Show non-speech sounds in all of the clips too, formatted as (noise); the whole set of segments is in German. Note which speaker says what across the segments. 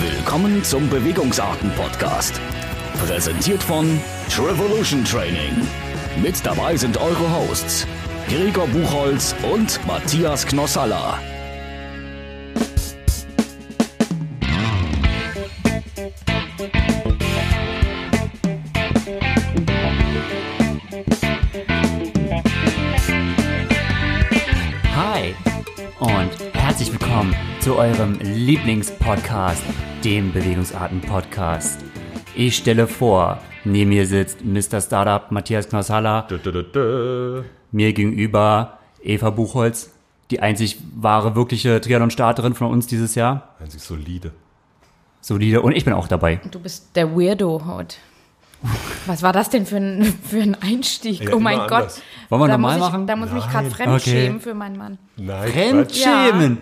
Speaker 1: Willkommen zum Bewegungsarten-Podcast. Präsentiert von Trivolution Training. Mit dabei sind eure Hosts Gregor Buchholz und Matthias Knossalla.
Speaker 2: Hi und herzlich willkommen zu eurem Lieblingspodcast, dem Bewegungsarten-Podcast. Ich stelle vor, neben mir sitzt Mr. Startup Matthias Knossalla, mir gegenüber Eva Buchholz, die einzig wahre, wirkliche Triathlon-Starterin von uns dieses Jahr.
Speaker 3: Einzig solide.
Speaker 2: Solide und ich bin auch dabei.
Speaker 4: Du bist der Weirdo heute. Was war das denn für ein, (laughs) für ein Einstieg?
Speaker 3: Ja,
Speaker 4: oh mein
Speaker 3: immer
Speaker 4: Gott.
Speaker 3: anders.
Speaker 2: Wollen wir
Speaker 4: da
Speaker 2: normal
Speaker 4: muss ich,
Speaker 2: machen?
Speaker 4: Da muss ich mich gerade
Speaker 3: Nein.
Speaker 4: fremdschämen
Speaker 2: Okay.
Speaker 4: für meinen Mann.
Speaker 3: Nein, Quatsch.
Speaker 2: Fremdschämen!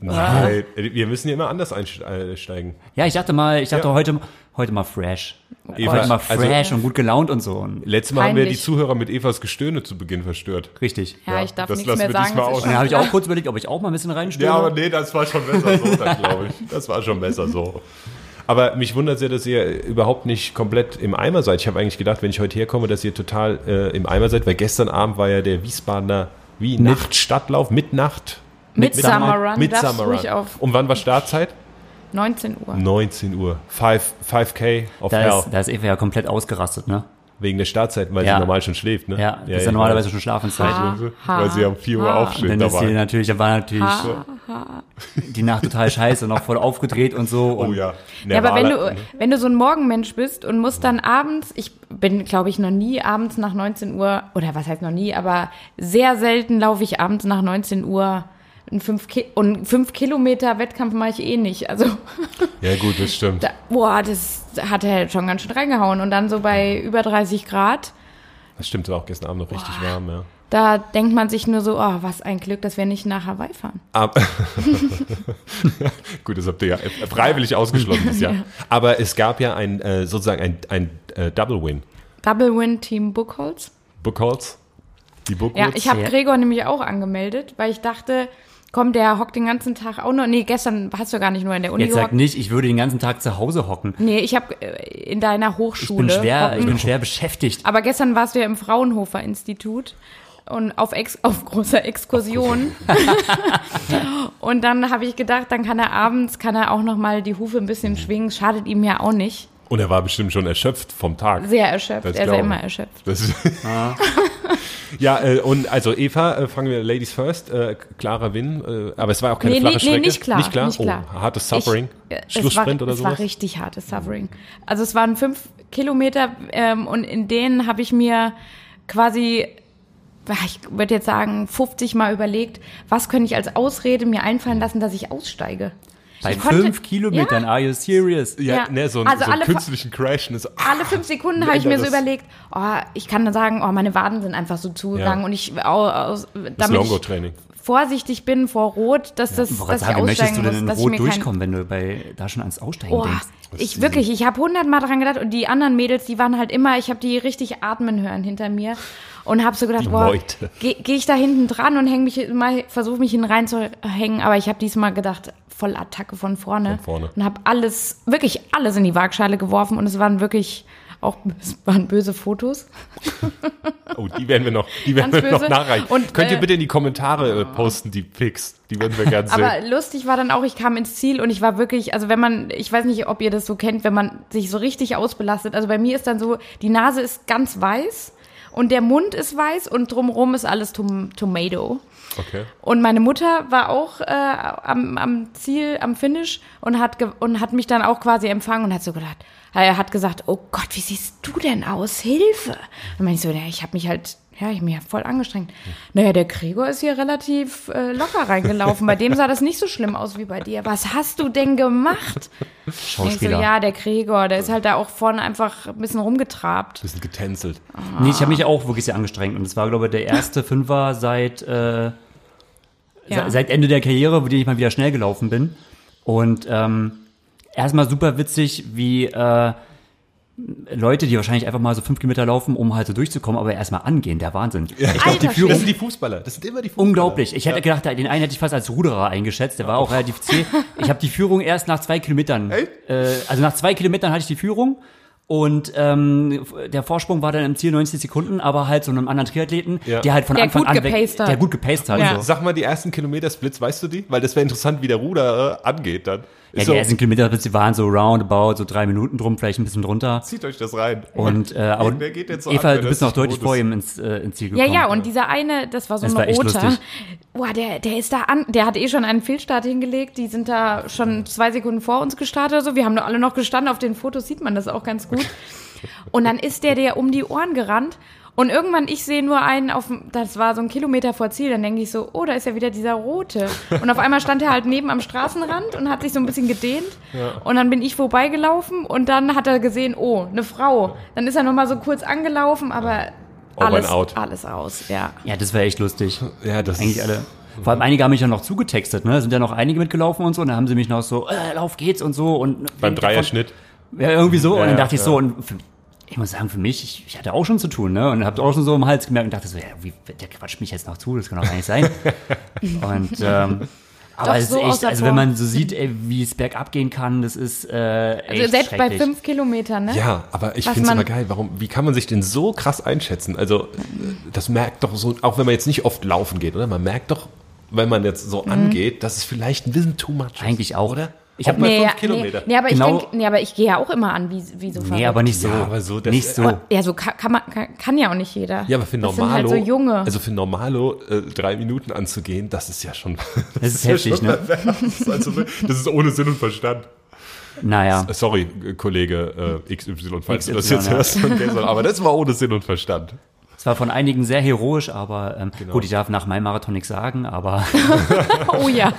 Speaker 3: Nein. Wir müssen hier immer anders äh, einsteigen.
Speaker 2: Ja, ich dachte mal, ich dachte
Speaker 3: Ja.
Speaker 2: heute, heute mal fresh.
Speaker 3: Eva,
Speaker 2: heute mal
Speaker 3: also-
Speaker 2: fresh und gut gelaunt und so. Und
Speaker 3: Letztes Mal haben wir die
Speaker 4: Peinlich.
Speaker 3: Zuhörer mit Evas Gestöhne zu Beginn verstört.
Speaker 2: richtig.
Speaker 4: Ja, ich darf
Speaker 3: das
Speaker 4: nichts
Speaker 3: lassen
Speaker 4: mehr
Speaker 3: wir
Speaker 4: sagen.
Speaker 3: diesmal
Speaker 4: das
Speaker 3: aus.
Speaker 4: ist
Speaker 2: Und
Speaker 4: schon
Speaker 2: dann habe ich
Speaker 4: klar.
Speaker 2: auch kurz überlegt, ob ich auch mal ein bisschen reinstöre.
Speaker 3: Ja, aber nee, das war schon besser so, glaube ich. Das war schon besser so. Aber mich wundert sehr, dass ihr überhaupt nicht komplett im Eimer seid. Ich habe eigentlich gedacht, wenn ich heute herkomme, dass ihr total äh, im Eimer seid, weil gestern Abend war ja der Wiesbadener wie Nachtstadtlauf mit Nacht.
Speaker 4: Midsummer Run,
Speaker 3: Mit
Speaker 4: darfst
Speaker 3: Summer
Speaker 4: du
Speaker 3: Run.
Speaker 4: ruhig auf
Speaker 3: Und wann war Startzeit?
Speaker 4: 19 Uhr.
Speaker 3: 19 Uhr. 5, 5K auf
Speaker 2: Da ist,
Speaker 3: Hell.
Speaker 2: da ist Eva ja komplett ausgerastet, ne?
Speaker 3: Wegen der Startzeit, weil
Speaker 2: Ja.
Speaker 3: sie normal schon schläft, ne?
Speaker 2: Ja, das ist ja
Speaker 3: ich
Speaker 2: normalerweise
Speaker 3: weiß.
Speaker 2: schon Schlafenszeit.
Speaker 4: Ha,
Speaker 3: Weil sie um 4 Uhr
Speaker 4: ha.
Speaker 2: Und
Speaker 3: aufsteht
Speaker 2: dann ist
Speaker 3: dabei.
Speaker 2: die natürlich, da war natürlich (laughs) die Nacht total scheiße, noch voll aufgedreht und so. Und
Speaker 3: oh ja. ne?
Speaker 4: Ja, aber wenn
Speaker 3: Nervale-
Speaker 4: du, wenn du so ein Morgenmensch bist und musst dann abends, ich bin, glaube ich, noch nie abends nach 19 Uhr, oder was heißt noch nie, aber sehr selten laufe ich abends nach 19 Uhr. Ein fünf Ki und 5 Kilometer Wettkampf mache ich eh nicht. Also, (laughs)
Speaker 3: Ja, gut, das stimmt.
Speaker 4: da, boah, das hat er schon ganz schön reingehauen. Und dann so bei über 30 Grad,
Speaker 3: Das stimmt, war auch gestern Abend noch richtig warm, ja.
Speaker 4: da denkt man sich nur so, oh, was ein Glück, dass wir nicht nach Hawaii fahren.
Speaker 3: Ab (laughs) Gut, das habt ihr ja freiwillig ausgeschlossen das
Speaker 4: (laughs)
Speaker 3: Jahr. Aber es gab ja ein, äh, sozusagen ein, ein äh, Double Win.
Speaker 4: Double Win Team Buchholz.
Speaker 3: Buchholz, die
Speaker 4: Ja,
Speaker 3: Buchholz.
Speaker 4: ich habe
Speaker 2: Ja.
Speaker 4: Gregor nämlich auch angemeldet, weil ich dachte, komm, der hockt den ganzen Tag auch nur. Nee, gestern hast du gar nicht nur in der Uni
Speaker 2: jetzt sag
Speaker 4: gehockt.
Speaker 2: nicht, ich würde den ganzen Tag zu Hause hocken.
Speaker 4: Nee, ich habe in deiner
Speaker 2: Ich
Speaker 4: Hochschule.
Speaker 2: bin schwer,
Speaker 4: hocken.
Speaker 2: ich bin schwer beschäftigt.
Speaker 4: Aber gestern warst du ja im Fraunhofer Institut und auf, Ex auf großer Exkursion. (laughs) und dann habe ich gedacht, dann kann er abends, kann er auch noch mal die Hufe ein
Speaker 3: Mhm.
Speaker 4: bisschen schwingen. Schadet ihm ja auch nicht.
Speaker 3: Und er war bestimmt schon erschöpft vom Tag.
Speaker 4: Sehr erschöpft.
Speaker 3: Das
Speaker 4: er ist ja
Speaker 3: glaub ich.
Speaker 4: immer erschöpft.
Speaker 3: Das (laughs) ja, äh, und also Eva, äh, fangen wir Ladies first, äh, klarer Win, äh, aber es war auch keine
Speaker 4: Nee,
Speaker 3: flache
Speaker 4: nee,
Speaker 3: Strecke.
Speaker 4: nee, nicht klar.
Speaker 3: Nicht klar?
Speaker 4: Nicht klar.
Speaker 3: Oh, hartes Suffering,
Speaker 4: Ich, äh,
Speaker 3: Schlusssprint
Speaker 4: es war,
Speaker 3: oder
Speaker 4: Es
Speaker 3: sowas?
Speaker 4: war richtig hartes Suffering. Also es waren fünf Kilometer ähm, und in denen habe ich mir quasi, ah, ich würde jetzt sagen, 50 Mal überlegt, was könnte ich als Ausrede mir einfallen lassen, dass ich aussteige.
Speaker 2: Bei
Speaker 4: Ah, ich konnte-
Speaker 2: fünf Kilometern, are you serious?
Speaker 3: ja,
Speaker 4: ja.
Speaker 3: Ne, so, ein-
Speaker 4: Also
Speaker 3: so einen
Speaker 4: alle Fa-
Speaker 3: künstlichen Crash. Ne, so,
Speaker 4: Alle fünf Sekunden habe ich mir so
Speaker 3: das-
Speaker 4: überlegt, oh, ich kann dann sagen, oh, meine Waden sind einfach so zugegangen
Speaker 3: Ja.
Speaker 4: und ich, au- aus,
Speaker 3: das
Speaker 4: damit ich
Speaker 3: Longo-Training.
Speaker 4: vorsichtig bin vor Rot, dass, das,
Speaker 2: Ich wollte
Speaker 4: dass
Speaker 2: gerade
Speaker 4: ich
Speaker 2: sagen, möchtest du
Speaker 4: aussteigen
Speaker 2: denn
Speaker 4: muss,
Speaker 2: in
Speaker 4: dass
Speaker 2: Rot
Speaker 4: ich mir keinen
Speaker 2: durchkommen, wenn du bei, da schon ans Aussteigen
Speaker 4: Boah,
Speaker 2: denkst?
Speaker 4: ich wirklich, ich habe hundertmal dran gedacht und die anderen Mädels, die waren halt immer, ich habe die richtig atmen hören hinter mir und habe so gedacht, boah,
Speaker 3: Meute.
Speaker 4: gehe geh ich da hinten dran und häng mich mal, versuche mich hin reinzuhängen, aber ich habe diesmal gedacht, voll Attacke von vorne,
Speaker 3: Von vorne.
Speaker 4: und habe alles, wirklich alles in die Waagschale geworfen und es waren wirklich auch (laughs) es waren böse Fotos.
Speaker 3: Oh, die werden wir noch, die werden
Speaker 4: Ganz
Speaker 3: wir noch
Speaker 4: böse.
Speaker 3: nachreichen.
Speaker 4: Und,
Speaker 3: Könnt ihr
Speaker 4: äh,
Speaker 3: bitte in die Kommentare äh, posten, die Pics. Die werden wir gerne
Speaker 4: Aber
Speaker 3: sehen.
Speaker 4: lustig war dann auch, ich kam ins Ziel und ich war wirklich, also wenn man, ich weiß nicht, ob ihr das so kennt, wenn man sich so richtig ausbelastet. Also bei mir ist dann so, die Nase ist ganz weiß und der Mund ist weiß und drumrum ist alles Tom Tomato.
Speaker 3: Okay.
Speaker 4: Und meine Mutter war auch äh, am, am Ziel, am Finish und hat, ge- und hat mich dann auch quasi empfangen und hat so gedacht, er hat gesagt, oh Gott, wie siehst du denn aus? Hilfe! Und meine ich so, ja, ich habe mich halt, ja, ich hab mich voll angestrengt. Naja, der Gregor ist hier relativ äh, locker reingelaufen. Bei dem sah das nicht so schlimm aus wie bei dir. Was hast du denn gemacht? Ich so,
Speaker 2: Schauspieler.
Speaker 4: ja, der Gregor, der ist halt da auch vorne einfach ein bisschen rumgetrabt.
Speaker 3: Bisschen getänzelt.
Speaker 4: Ah,
Speaker 2: Nee, ich habe mich auch wirklich sehr angestrengt. Und es war, glaube ich, der erste Fünfer seit, äh,
Speaker 4: Ja.
Speaker 2: se- seit Ende der Karriere, wo ich mal wieder schnell gelaufen bin. Und ähm, erstmal super witzig, wie äh, Leute, die wahrscheinlich einfach mal so fünf Kilometer laufen, um halt so durchzukommen, aber erstmal angehen, der Wahnsinn. Ich glaube, die
Speaker 4: Alter
Speaker 2: Führung
Speaker 3: Das sind die Fußballer. Das sind immer die Fußballer.
Speaker 2: Unglaublich. Ich hätte gedacht, den einen hätte ich fast als Ruderer eingeschätzt. Der war auch relativ zäh. Ich habe die Führung erst nach zwei Kilometern.
Speaker 3: Oh. Echt?
Speaker 2: Äh, also nach zwei Kilometern hatte ich die Führung. Und ähm, der Vorsprung war dann im Ziel 90 Sekunden, aber halt so einem anderen Triathleten,
Speaker 3: Ja.
Speaker 2: der halt von
Speaker 4: Der
Speaker 2: Anfang
Speaker 4: gut
Speaker 2: an weg,
Speaker 4: gepaced hat.
Speaker 2: der gut gepaced hat. Also,
Speaker 4: Ja.
Speaker 2: So.
Speaker 3: Sag mal, die ersten Kilometer Splits, weißt du die? Weil das wäre interessant, wie der Ruder äh, angeht dann.
Speaker 2: Ja,
Speaker 3: so,
Speaker 2: die ersten Kilometer die waren so roundabout, so drei Minuten drum, vielleicht ein bisschen drunter.
Speaker 3: zieht euch das rein.
Speaker 2: Und äh, aber
Speaker 3: wer geht jetzt so ab,
Speaker 2: Eva,
Speaker 3: wenn
Speaker 2: du
Speaker 3: das
Speaker 2: bist noch
Speaker 3: nicht
Speaker 2: deutlich
Speaker 3: rot ist?
Speaker 2: vor ihm ins, äh, ins Ziel
Speaker 4: Ja,
Speaker 2: gekommen.
Speaker 4: ja, und dieser eine, das war so
Speaker 2: Das
Speaker 4: ein
Speaker 2: war echt
Speaker 4: roter.
Speaker 2: lustig.
Speaker 4: Boah, der, der ist da an, der hat eh schon einen Fehlstart hingelegt. Die sind da schon zwei Sekunden vor uns gestartet. Also wir haben da alle noch gestanden. Auf den Fotos sieht man das auch ganz gut. Und dann ist der der um die Ohren gerannt. Und irgendwann, ich sehe nur einen auf, dem- das war so ein Kilometer vor Ziel, dann denke ich so, oh, da ist ja wieder dieser Rote. Und auf einmal stand er halt neben am Straßenrand und hat sich so ein bisschen gedehnt. Und dann bin ich vorbeigelaufen und dann hat er gesehen, oh, eine Frau. Dann ist er nochmal so kurz angelaufen, aber
Speaker 3: Over and
Speaker 4: alles,
Speaker 3: out.
Speaker 4: alles aus, ja.
Speaker 2: Ja, das war echt lustig.
Speaker 3: Ja, das
Speaker 2: Eigentlich
Speaker 3: ist-
Speaker 2: alle. Vor allem einige haben mich ja noch zugetextet, ne? Sind ja noch einige mitgelaufen und so, und dann haben sie mich noch so, äh, lauf geht's und so und
Speaker 3: Beim
Speaker 2: und davon-
Speaker 3: Dreierschnitt.
Speaker 2: Ja, irgendwie so. und
Speaker 3: ja,
Speaker 2: dann dachte ich
Speaker 3: ja.
Speaker 2: so, und für, ich muss sagen, für mich, ich, ich hatte auch schon zu tun, ne? Und hab auch schon so im Hals gemerkt und dachte so, ja, wie, der quatscht mich jetzt noch zu, das kann doch gar nicht
Speaker 3: (laughs)
Speaker 2: sein. und ähm, aber
Speaker 4: Doch,
Speaker 2: es ist
Speaker 4: so aus
Speaker 2: echt,
Speaker 4: der
Speaker 2: also
Speaker 4: Form.
Speaker 2: wenn man so sieht, ey, wie es bergab gehen kann, das ist äh, echt
Speaker 4: Also selbst bei
Speaker 2: schrecklich.
Speaker 4: fünf Kilometern, ne?
Speaker 3: Ja, aber ich
Speaker 4: Was
Speaker 3: finde es
Speaker 4: man-
Speaker 3: immer geil. Warum, wie kann man sich denn so krass einschätzen? Also, äh, das merkt doch so, auch wenn man jetzt nicht oft laufen geht, oder? Man merkt doch, wenn man jetzt so angeht, dass es vielleicht ein bisschen too much ist.
Speaker 2: Mhm. Eigentlich auch.
Speaker 3: Oder?
Speaker 2: Ich hab
Speaker 3: Auch bei
Speaker 4: Nee,
Speaker 3: fünf
Speaker 4: ja,
Speaker 3: Kilometer.
Speaker 4: Nee, nee, aber
Speaker 2: Genau.
Speaker 4: ich denk, nee, aber ich gehe ja auch immer an, wie, wie so
Speaker 2: Nee,
Speaker 4: verrückt.
Speaker 2: aber nicht so.
Speaker 3: Ja, aber so, das-
Speaker 2: nicht so.
Speaker 3: Aber-
Speaker 4: Ja, so kann, kann, man, kann, kann ja auch nicht jeder.
Speaker 3: Ja, aber für
Speaker 4: das
Speaker 3: Normalo,
Speaker 4: sind halt so junge.
Speaker 3: also für Normalo äh, drei Minuten anzugehen, das ist ja schon. (laughs)
Speaker 2: Das ist heftig, ne?
Speaker 3: Das ist, also, das ist ohne Sinn und Verstand.
Speaker 2: Naja.
Speaker 3: Sorry, Kollege äh, XY, falls du das
Speaker 2: XY,
Speaker 3: jetzt
Speaker 2: ja.
Speaker 3: hörst. Okay, so, aber das war ohne Sinn und Verstand.
Speaker 2: Es war von einigen sehr heroisch, aber ähm,
Speaker 3: Genau.
Speaker 2: gut, ich darf nach meinem Marathon nichts sagen, aber
Speaker 4: (laughs)
Speaker 2: (laughs)
Speaker 3: (laughs)
Speaker 4: oh ja.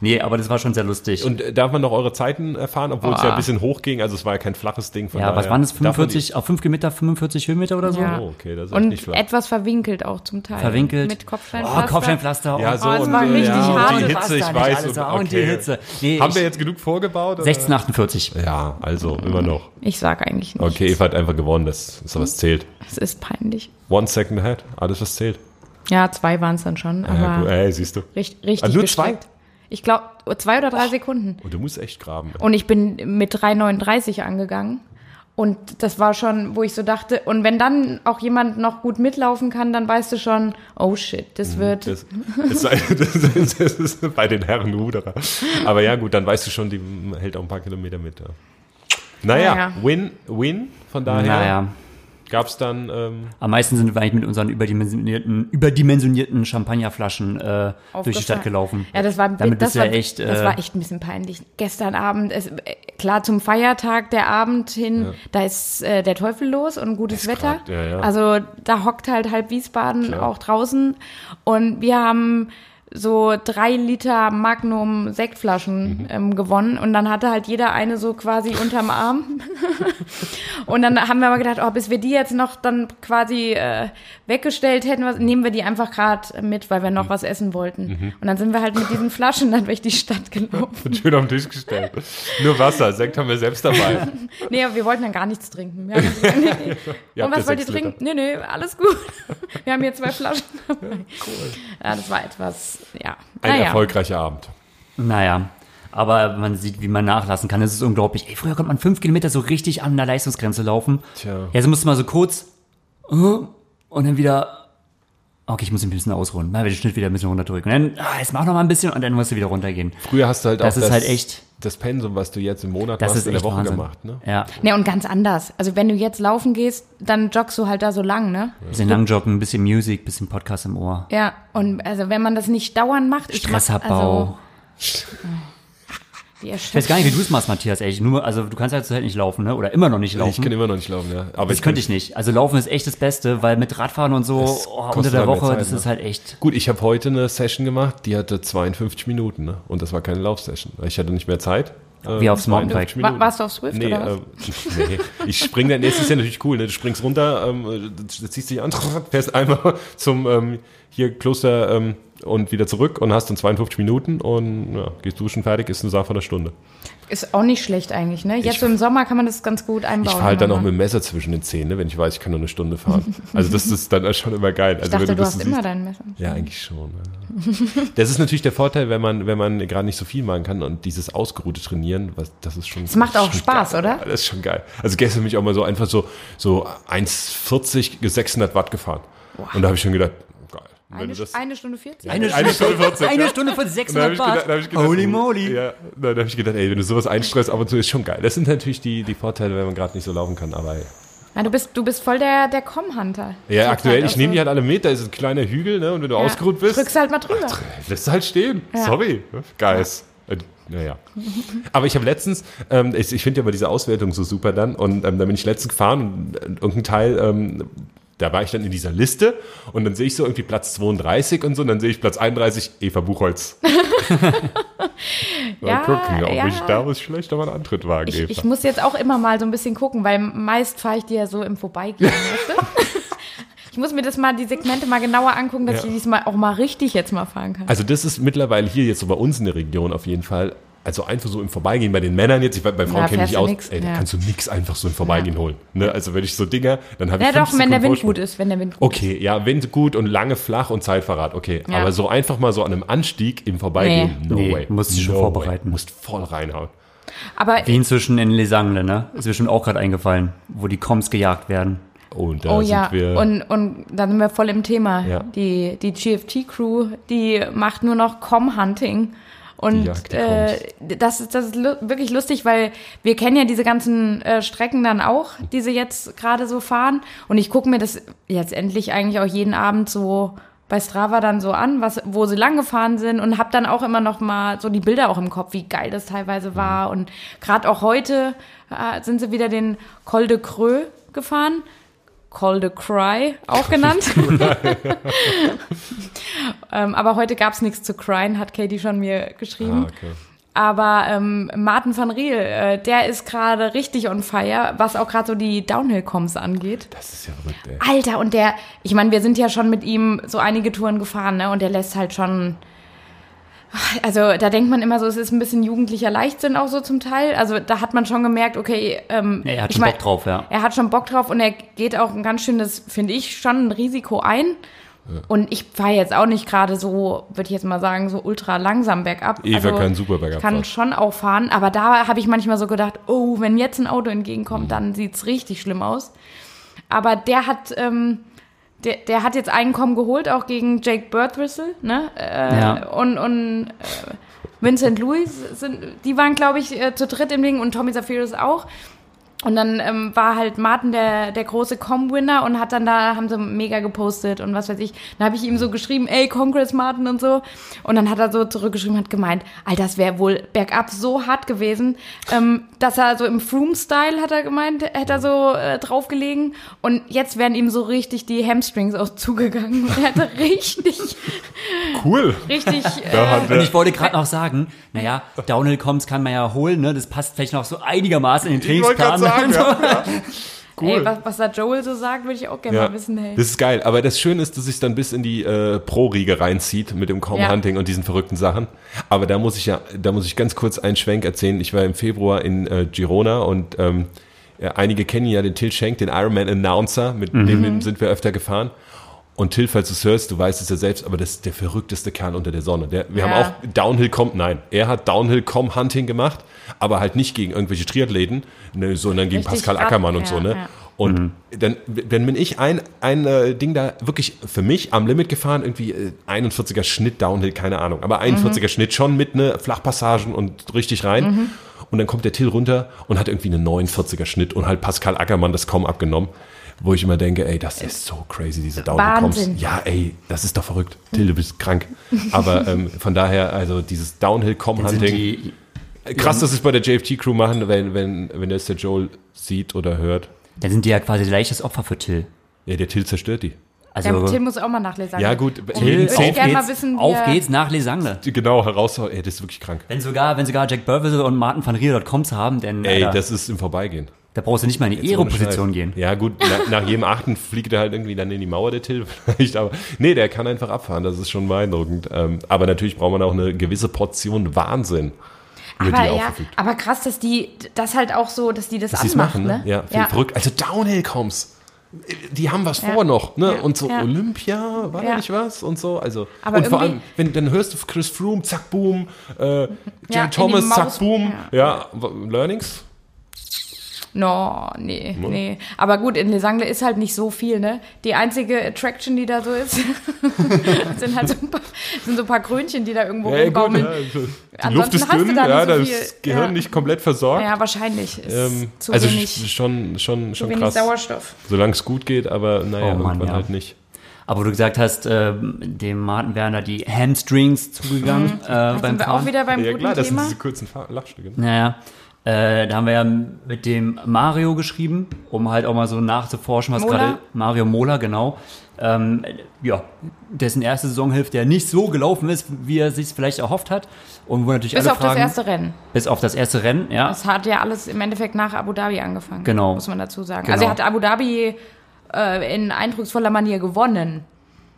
Speaker 2: nee, aber das war schon sehr lustig.
Speaker 3: Und äh, darf man noch eure Zeiten erfahren, obwohl es ja ein bisschen hoch ging? Also es war ja kein flaches Ding. Von
Speaker 2: Ah. ja,
Speaker 3: daher.
Speaker 2: was waren es?
Speaker 3: Darf man die-
Speaker 2: 45, auf 5 Kilometer, 45 Höhenmeter oder so?
Speaker 4: Ja.
Speaker 3: Oh, okay, das ist echt
Speaker 4: Und
Speaker 3: nicht flach.
Speaker 4: etwas verwinkelt auch zum Teil.
Speaker 2: Äh, Verwinkelt.
Speaker 4: Mit
Speaker 2: Oh,
Speaker 4: Kopfsteinpflaster.
Speaker 2: Kopfsteinpflaster.
Speaker 3: Ja,
Speaker 2: oh,
Speaker 3: so
Speaker 4: Oh, es
Speaker 3: und,
Speaker 4: war
Speaker 3: äh,
Speaker 4: richtig
Speaker 3: ja,
Speaker 4: hart.
Speaker 3: Und die
Speaker 2: Pasta
Speaker 3: Hitze, ich
Speaker 2: nicht
Speaker 3: weiß.
Speaker 2: alles
Speaker 3: Und,
Speaker 2: auch und die
Speaker 3: okay.
Speaker 2: Hitze. Nee,
Speaker 3: Haben
Speaker 2: ich-
Speaker 3: wir jetzt genug vorgebaut? oder?
Speaker 2: 1648.
Speaker 3: Ja, also immer noch.
Speaker 4: Ich sag eigentlich nicht.
Speaker 3: Okay, Eva hat einfach gewonnen, das ist was zählt.
Speaker 4: Es ist peinlich.
Speaker 3: One second ahead, alles was zählt.
Speaker 4: Ja, zwei waren es dann schon, aber
Speaker 3: Ja, gut, ey, siehst du.
Speaker 4: richt- richtig.
Speaker 3: Ah, nur
Speaker 4: gestreckt.
Speaker 3: zwei?
Speaker 4: Ich glaube, zwei oder drei Sekunden.
Speaker 3: Und Oh, du musst echt graben. ey.
Speaker 4: Und ich bin mit 3,39 angegangen. Und das war schon, wo ich so dachte, und wenn dann auch jemand noch gut mitlaufen kann, dann weißt du schon, oh shit, das wird.
Speaker 3: Mhm, Das, das, sei- das, ist- das ist bei den Herren Ruderer. Aber ja, gut, dann weißt du schon, die hält auch ein paar Kilometer mit. Ja. Naja,
Speaker 4: Naja.
Speaker 3: Win, Win. Von daher
Speaker 2: Naja,
Speaker 3: gab es dann. Ähm,
Speaker 2: am meisten sind wir eigentlich mit unseren überdimensionierten, überdimensionierten Champagnerflaschen äh, durch die
Speaker 4: aufgefallen.
Speaker 2: Stadt gelaufen.
Speaker 4: Ja, das war,
Speaker 2: Damit
Speaker 4: das
Speaker 2: bist du
Speaker 4: war
Speaker 2: ja echt, äh,
Speaker 4: das war echt ein bisschen peinlich. Gestern Abend, es, äh, klar zum Feiertag, der Abend hin, da ist äh, der Teufel los und gutes Wetter.
Speaker 3: grad, ja, ja.
Speaker 4: Also da hockt halt halb Wiesbaden
Speaker 3: Klar.
Speaker 4: auch draußen und wir haben so drei Liter Magnum Sektflaschen ähm, gewonnen und dann hatte halt jeder eine so quasi unterm Arm und dann haben wir aber gedacht, oh, bis wir die jetzt noch dann quasi äh, weggestellt hätten, was, nehmen wir die einfach gerade mit, weil wir noch was essen wollten. Und dann sind wir halt mit diesen Flaschen dann durch die
Speaker 3: (laughs)
Speaker 4: Stadt gelaufen.
Speaker 3: Schön auf den Tisch gestellt. Nur Wasser, Sekt haben wir selbst
Speaker 4: (laughs)
Speaker 3: dabei.
Speaker 4: Nee, aber wir wollten dann gar nichts trinken. Wir haben gesagt, nee, nee.
Speaker 3: Ihr
Speaker 4: Und
Speaker 3: habt
Speaker 4: was
Speaker 3: ja
Speaker 4: wollt ihr
Speaker 3: sechs Liter.
Speaker 4: trinken? Nee, nee, alles gut. (laughs) Wir
Speaker 3: (laughs)
Speaker 4: haben hier zwei Flaschen dabei. Ja, das war etwas, Ah ja.
Speaker 3: Ein
Speaker 4: naja.
Speaker 3: erfolgreicher Abend.
Speaker 2: Naja, aber man sieht, wie man nachlassen kann. Das ist unglaublich. Ey, früher konnte man fünf Kilometer so richtig an der Leistungsgrenze laufen.
Speaker 3: Tja.
Speaker 2: Jetzt musste man so kurz äh, und dann wieder. Okay, ich muss mich ein bisschen ausruhen. Mal den Schnitt wieder ein bisschen runterdrücken. Und dann, ah, jetzt mach noch mal ein bisschen und dann musst du wieder runtergehen.
Speaker 3: Früher hast du halt
Speaker 2: Das
Speaker 3: auch
Speaker 2: ist halt echt-
Speaker 3: das Pensum, was du jetzt im Monat
Speaker 2: Das
Speaker 3: hast,
Speaker 2: ist
Speaker 3: in der
Speaker 2: echt
Speaker 3: Woche
Speaker 2: Wahnsinn.
Speaker 3: gemacht. Ne?
Speaker 2: Ja,
Speaker 4: Nee, und ganz anders. Also wenn du jetzt laufen gehst, dann joggst du halt da so lang, ne?
Speaker 2: ein bisschen langjoggen, ein bisschen Musik, ein bisschen Podcast im Ohr.
Speaker 4: Ja, und also wenn man das nicht dauernd macht, ich mach-
Speaker 2: Stressabbau.
Speaker 4: Also, die
Speaker 2: ich weiß gar nicht, wie du es machst, Matthias, ehrlich. Nur, also du kannst halt zurzeit nicht laufen, ne? Oder immer noch nicht laufen.
Speaker 3: Ich kann immer noch nicht laufen, ja. Aber
Speaker 2: das könnte ich nicht. Also laufen ist echt das Beste, weil mit Radfahren und so
Speaker 3: Das
Speaker 2: oh,
Speaker 3: kostet
Speaker 2: unter der
Speaker 3: halt mehr
Speaker 2: Woche,
Speaker 3: Zeit,
Speaker 2: das
Speaker 3: ne?
Speaker 2: ist halt echt.
Speaker 3: Gut, ich habe heute eine Session gemacht, die hatte 52 Minuten, ne? Und das war keine Laufsession. Ich hatte nicht mehr Zeit. Äh,
Speaker 2: Wie aufs
Speaker 3: 52
Speaker 2: Mountainbike.
Speaker 3: Minuten.
Speaker 4: Wa- warst du auf Swift
Speaker 3: nee,
Speaker 4: oder was?
Speaker 3: Äh, (laughs) nee, ich spring dann, nee, es ist ja natürlich cool, ne? Du springst (laughs) runter, ähm, äh, ziehst dich an, fährst einmal zum ähm, hier Kloster ähm, und wieder zurück und hast dann 52 Minuten und ja, gehst duschen fertig, ist eine Sache von einer Stunde.
Speaker 4: Ist auch nicht schlecht eigentlich, ne? Jetzt
Speaker 3: Ich-
Speaker 4: so im Sommer kann man das ganz gut einbauen.
Speaker 3: Ich fahre halt dann auch
Speaker 4: nochmal.
Speaker 3: mit dem Messer zwischen den Zähnen, ne, wenn ich weiß, ich kann nur eine Stunde
Speaker 4: (laughs)
Speaker 3: fahren. Also das ist dann schon immer geil. Also
Speaker 4: Ich dachte,
Speaker 3: wenn
Speaker 4: du,
Speaker 3: das
Speaker 4: hast
Speaker 3: so
Speaker 4: immer
Speaker 3: siehst-
Speaker 4: dein Messer.
Speaker 3: Ja, eigentlich schon. ja. (laughs) Das ist natürlich der Vorteil, wenn man, wenn man gerade nicht so viel machen kann und dieses ausgeruhte Trainieren, was, das ist schon. Das
Speaker 4: macht auch
Speaker 3: schon
Speaker 4: Spaß,
Speaker 3: geil,
Speaker 4: oder?
Speaker 3: Ja, das ist schon geil. Also gestern bin ich auch mal so einfach so, so 1,40, 600 Watt gefahren. Und da habe ich schon gedacht, oh geil. Wenn
Speaker 4: Eine,
Speaker 3: du das-
Speaker 4: eine Stunde 40?
Speaker 3: eine, Stunde 40.
Speaker 2: Eine
Speaker 3: ja.
Speaker 2: Stunde von
Speaker 3: Und da habe
Speaker 2: 600
Speaker 3: ich gedacht,
Speaker 2: Watt.
Speaker 3: da hab ich gedacht,
Speaker 2: Holy
Speaker 3: uh,
Speaker 2: moly.
Speaker 3: Ja, da habe ich gedacht, ey, wenn du sowas einstreust, ab und zu ist schon geil. Das sind natürlich die, die Vorteile, wenn man gerade nicht so laufen kann. Aber
Speaker 4: Na, du, bist, du bist voll der, der Com-Hunter.
Speaker 3: ja,
Speaker 4: Zur
Speaker 3: aktuell,
Speaker 4: Zeit
Speaker 3: ich
Speaker 4: auch
Speaker 3: nehme
Speaker 4: so.
Speaker 3: die halt alle mit. Da ist ein kleiner Hügel, ne? Und wenn du
Speaker 4: Ja.
Speaker 3: ausgeruht bist,
Speaker 4: Drückst halt mal drüber.
Speaker 3: lässt du halt stehen. Sorry, Guys. Äh, Naja. Aber ich habe letztens, ähm, ich, ich finde ja immer diese Auswertung so super dann, und ähm, da bin ich letztens gefahren und äh, irgendein Teil, ähm, da war ich dann in dieser Liste und dann sehe ich so irgendwie Platz 32 und so, und dann sehe ich Platz 31, Eva
Speaker 4: (laughs)
Speaker 3: Buchholz. Mal
Speaker 4: Ja,
Speaker 3: gucken, ob
Speaker 4: ja.
Speaker 3: ich da was schlechter mal einen Antritt wagen,
Speaker 4: Ich,
Speaker 3: Eva.
Speaker 4: ich muss jetzt auch immer mal so ein bisschen gucken, weil meist fahre ich dir ja so
Speaker 3: (laughs)
Speaker 4: im Vorbeigehen, weißt du? Ich muss mir das mal, die Segmente mal genauer angucken, dass
Speaker 3: Ja.
Speaker 4: ich diesmal auch mal richtig jetzt mal fahren kann.
Speaker 3: Also das ist mittlerweile hier jetzt so bei uns in der Region auf jeden Fall. Also einfach so im Vorbeigehen bei den Männern jetzt, ich, weiß, bei Frauen
Speaker 4: Ja,
Speaker 3: kenne ich mich aus,
Speaker 4: fährst du nix,
Speaker 3: ey, da
Speaker 4: ja.
Speaker 3: kannst du nix einfach so im Vorbeigehen holen. Ne? Also wenn ich so Dinger, dann habe ich
Speaker 4: Ja
Speaker 3: fünf
Speaker 4: doch, wenn der
Speaker 3: Sekunden
Speaker 4: Wind
Speaker 3: Vorsprung.
Speaker 4: gut ist, wenn der Wind gut
Speaker 3: Okay, ja, Wind gut und lange flach und Zeitverrat, okay.
Speaker 4: Ja.
Speaker 3: Aber so einfach mal so an einem Anstieg im Vorbeigehen, no
Speaker 2: Nee,
Speaker 3: way.
Speaker 2: musst dich schon
Speaker 3: no
Speaker 2: vorbereiten.
Speaker 3: Way. Musst voll reinhauen.
Speaker 4: ist. Aber
Speaker 2: Wie inzwischen in Lesangle, ne? Ist mir schon auch gerade eingefallen, wo die Coms gejagt werden.
Speaker 3: Und da
Speaker 4: Oh
Speaker 3: sind
Speaker 4: ja,
Speaker 3: wir...
Speaker 4: und, und dann sind wir voll im Thema.
Speaker 3: Ja.
Speaker 4: Die, die GFT-Crew, die macht nur noch Com-Hunting.
Speaker 3: Die
Speaker 4: Und
Speaker 3: jagt die
Speaker 4: äh, das ist, das ist lu wirklich lustig, weil wir kennen ja diese ganzen äh, Strecken dann auch, die sie jetzt gerade so fahren. Und ich gucke mir das jetzt endlich eigentlich auch jeden Abend so bei Strava dann so an, was, wo sie lang gefahren sind und habe dann auch immer noch mal so die Bilder auch im Kopf, wie geil das teilweise
Speaker 3: Mhm.
Speaker 4: war. Und gerade auch heute äh, sind sie wieder den Col de Creux gefahren. Call the Cry auch genannt. (laughs) ähm, aber heute gab es nichts zu cryen, hat Katie schon mir
Speaker 3: ah,
Speaker 4: geschrieben.
Speaker 3: okay.
Speaker 4: Aber ähm, Martin van Riel, äh, der ist gerade richtig on fire, was auch gerade so die Downhill-Coms angeht.
Speaker 3: Das ist ja verrückt, ey.
Speaker 4: Alter, und der, ich meine, wir sind ja schon mit ihm so einige Touren gefahren, ne? Und der lässt halt schon. Also da denkt man immer so, es ist ein bisschen jugendlicher Leichtsinn auch so zum Teil. Also da hat man schon gemerkt, okay, ähm,
Speaker 2: Ja, er hat
Speaker 4: ich
Speaker 2: schon
Speaker 4: mein-
Speaker 2: Bock drauf, ja.
Speaker 4: Er hat schon Bock drauf und er geht auch ein ganz schönes, finde ich, schon ein Risiko ein. Und ich fahre jetzt auch nicht gerade so, würde ich jetzt mal sagen, so ultra langsam bergab.
Speaker 3: Eva kann super bergab
Speaker 4: Ich kann
Speaker 3: fahren.
Speaker 4: schon auch fahren, aber da habe ich manchmal so gedacht, oh, wenn jetzt ein Auto entgegenkommt, dann sieht's richtig schlimm aus. Aber der hat, ähm, der, der hat jetzt Einkommen geholt, auch gegen Jake Birdwhistle, ne? Äh,
Speaker 2: Ja.
Speaker 4: Und, und äh, Vincent Louis, sind, die waren, glaube ich, äh, zu dritt im Ding und Tommy Zafiris auch. Und dann ähm, war halt Martin der, der große Com-Winner und hat dann da, haben sie mega gepostet und was weiß ich. Dann habe ich ihm so geschrieben, ey, Congress Martin und so. Und dann hat er so zurückgeschrieben, hat gemeint, Alter, das wäre wohl bergab so hart gewesen, ähm, dass er so im Froome-Style, hat er gemeint, hätte er so äh, draufgelegen. Und jetzt wären ihm so richtig die Hamstrings auch zugegangen. (laughs) Und er hatte richtig, Ah.
Speaker 3: Cool.
Speaker 4: richtig...
Speaker 3: Da
Speaker 4: Äh,
Speaker 3: hat
Speaker 2: Und
Speaker 3: er-
Speaker 2: ich wollte gerade noch sagen, naja, Downhill-Coms kann man ja holen, ne? Das passt vielleicht noch so einigermaßen in den
Speaker 3: ich wollte gerade
Speaker 2: Trainingsplan.
Speaker 3: sagen,
Speaker 2: (laughs)
Speaker 3: ja.
Speaker 4: ey, was, was da Joel so sagt, würde ich auch gerne
Speaker 3: Ja.
Speaker 4: mal wissen, hey.
Speaker 3: Das ist geil, aber das Schöne ist, dass ich dann bis in die äh, Pro-Riege reinzieht mit dem
Speaker 4: Ja.
Speaker 3: Com-Hunting und diesen verrückten Sachen. Aber da muss ich ja, da muss ich ganz kurz einen Schwenk erzählen. Ich war im Februar in äh, Girona und ähm, ja, einige kennen ja den Till Schenk, den Ironman Announcer, mit
Speaker 4: Mhm.
Speaker 3: dem sind wir öfter gefahren. Und Till, falls du es hörst, du weißt es ja selbst, aber das ist der verrückteste Kerl unter der Sonne. Der, wir
Speaker 4: Ja.
Speaker 3: haben auch Downhill Com, nein, er hat Downhill Com Hunting gemacht, aber halt nicht gegen irgendwelche Triathleten, ne, sondern gegen
Speaker 4: Richtig
Speaker 3: Pascal
Speaker 4: ab,
Speaker 3: Ackermann und
Speaker 4: ja,
Speaker 3: so, ne?
Speaker 4: ja.
Speaker 3: Und
Speaker 2: Mhm.
Speaker 3: dann, dann bin ich ein, ein äh, Ding da wirklich für mich am Limit gefahren, irgendwie äh, 41er Schnitt Downhill, keine Ahnung, aber 41er
Speaker 4: Mhm.
Speaker 3: Schnitt schon mit ne Flachpassagen und richtig rein. Und dann kommt der Till runter und hat irgendwie einen 49er Schnitt und halt Pascal Ackermann das kaum abgenommen, wo ich immer denke, ey, das ist so crazy, diese Downhill-Comps.
Speaker 4: Wahnsinn.
Speaker 3: Ja, ey, das ist doch verrückt. Till, du bist krank. Aber ähm, von daher, also dieses
Speaker 2: Sind
Speaker 3: Downhill-Com-Hunting.
Speaker 2: die,
Speaker 3: Krass, dass es bei der JFT-Crew machen, wenn, wenn, wenn das der Joel sieht oder hört.
Speaker 2: dann sind die ja quasi leichtes Opfer für Till.
Speaker 3: Ja, der Till zerstört die.
Speaker 2: Also,
Speaker 4: Ja, Till muss auch mal nachlesen.
Speaker 3: Ja, gut,
Speaker 4: Till,
Speaker 3: jeden
Speaker 4: würde ich
Speaker 3: Zehn-
Speaker 4: gerne mal wissen, wie
Speaker 2: auf
Speaker 4: er-
Speaker 2: geht's nach Lesangle.
Speaker 3: Genau, heraus. Ey, das ist wirklich krank.
Speaker 2: Wenn sogar, wenn sogar Jack Burville und Martin van Riel dort Coms haben, denn
Speaker 3: Ey,
Speaker 2: Alter,
Speaker 3: das ist im Vorbeigehen.
Speaker 2: Da brauchst du nicht mal in die
Speaker 3: Ohne
Speaker 2: Aero-Position
Speaker 3: Scheiß.
Speaker 2: gehen.
Speaker 3: Ja, gut, na, nach jedem achten fliegt er halt irgendwie dann in die Mauer der Till (laughs) vielleicht, aber nee, der kann einfach abfahren, das ist schon beeindruckend. Ähm, aber natürlich braucht man auch eine gewisse Portion Wahnsinn, über
Speaker 4: Aber
Speaker 3: die
Speaker 4: ja,
Speaker 3: aufgefügt.
Speaker 4: aber krass, dass die das halt auch so, dass die das
Speaker 3: Dass die es
Speaker 4: anmacht,
Speaker 3: machen, ne?
Speaker 4: ne?
Speaker 3: Ja, viel verrückt. Also Downhill kommst. Die haben was
Speaker 4: Ja.
Speaker 3: vor noch, ne?
Speaker 4: Ja.
Speaker 3: Und so
Speaker 4: Ja.
Speaker 3: Olympia, war da
Speaker 4: Ja.
Speaker 3: nicht was? Und so, also.
Speaker 4: Aber
Speaker 3: und vor allem,
Speaker 4: irgendwie-
Speaker 3: wenn dann hörst du Chris Froome, zack, boom, äh, Jan
Speaker 4: Ja, in die
Speaker 3: Thomas, zack,
Speaker 4: Maus-
Speaker 3: boom. Ja, w- Learnings?
Speaker 4: No, nee, nee. Aber gut, in Lesangle ist halt nicht so viel, ne? Die einzige Attraction, die da so ist, (laughs) sind halt so ein paar, sind so ein paar Krönchen, die da irgendwo
Speaker 3: Ja, gut,
Speaker 4: rumbaumeln.
Speaker 3: ja, also die
Speaker 4: Ansonsten
Speaker 3: Luft ist
Speaker 4: hast du
Speaker 3: dünn,
Speaker 4: da
Speaker 3: ja,
Speaker 4: nicht so
Speaker 3: das
Speaker 4: viel.
Speaker 3: Gehirn
Speaker 4: Ja.
Speaker 3: nicht komplett versorgt.
Speaker 4: Ja, wahrscheinlich. Ist
Speaker 3: Ähm,
Speaker 4: zu
Speaker 3: also sch-
Speaker 4: wenig,
Speaker 3: schon, schon,
Speaker 4: zu
Speaker 3: schon
Speaker 4: wenig
Speaker 3: krass.
Speaker 4: Sauerstoff.
Speaker 3: Solange es gut geht, aber naja,
Speaker 2: Oh Mann,
Speaker 3: irgendwann
Speaker 2: ja.
Speaker 3: halt nicht.
Speaker 2: Aber wo du gesagt hast, ähm, dem Martin Werner die Hamstrings zugegangen äh,
Speaker 4: Mhm. Sind
Speaker 2: beim
Speaker 4: wir auch
Speaker 2: Fahren.
Speaker 4: wieder beim
Speaker 3: Ja
Speaker 4: guten
Speaker 3: klar, das sind
Speaker 4: Thema?
Speaker 3: diese kurzen Fa- Lachstücke. ne?
Speaker 2: Naja, äh, da haben wir ja mit dem Mario geschrieben, um halt auch mal so nachzuforschen, was
Speaker 4: Mola?
Speaker 2: gerade Mario Mola, genau. Ähm, ja, dessen erste Saisonhilfe, der nicht so gelaufen ist, wie er sich vielleicht erhofft hat. Und wo natürlich
Speaker 4: Bis
Speaker 2: alle
Speaker 4: auf
Speaker 2: fragen,
Speaker 4: das erste Rennen.
Speaker 2: Bis auf das erste Rennen, ja.
Speaker 4: Das hat ja alles im Endeffekt nach Abu Dhabi angefangen.
Speaker 2: Genau.
Speaker 4: Muss man dazu sagen.
Speaker 2: Genau.
Speaker 4: Also er hat Abu Dhabi äh, in eindrucksvoller Manier gewonnen.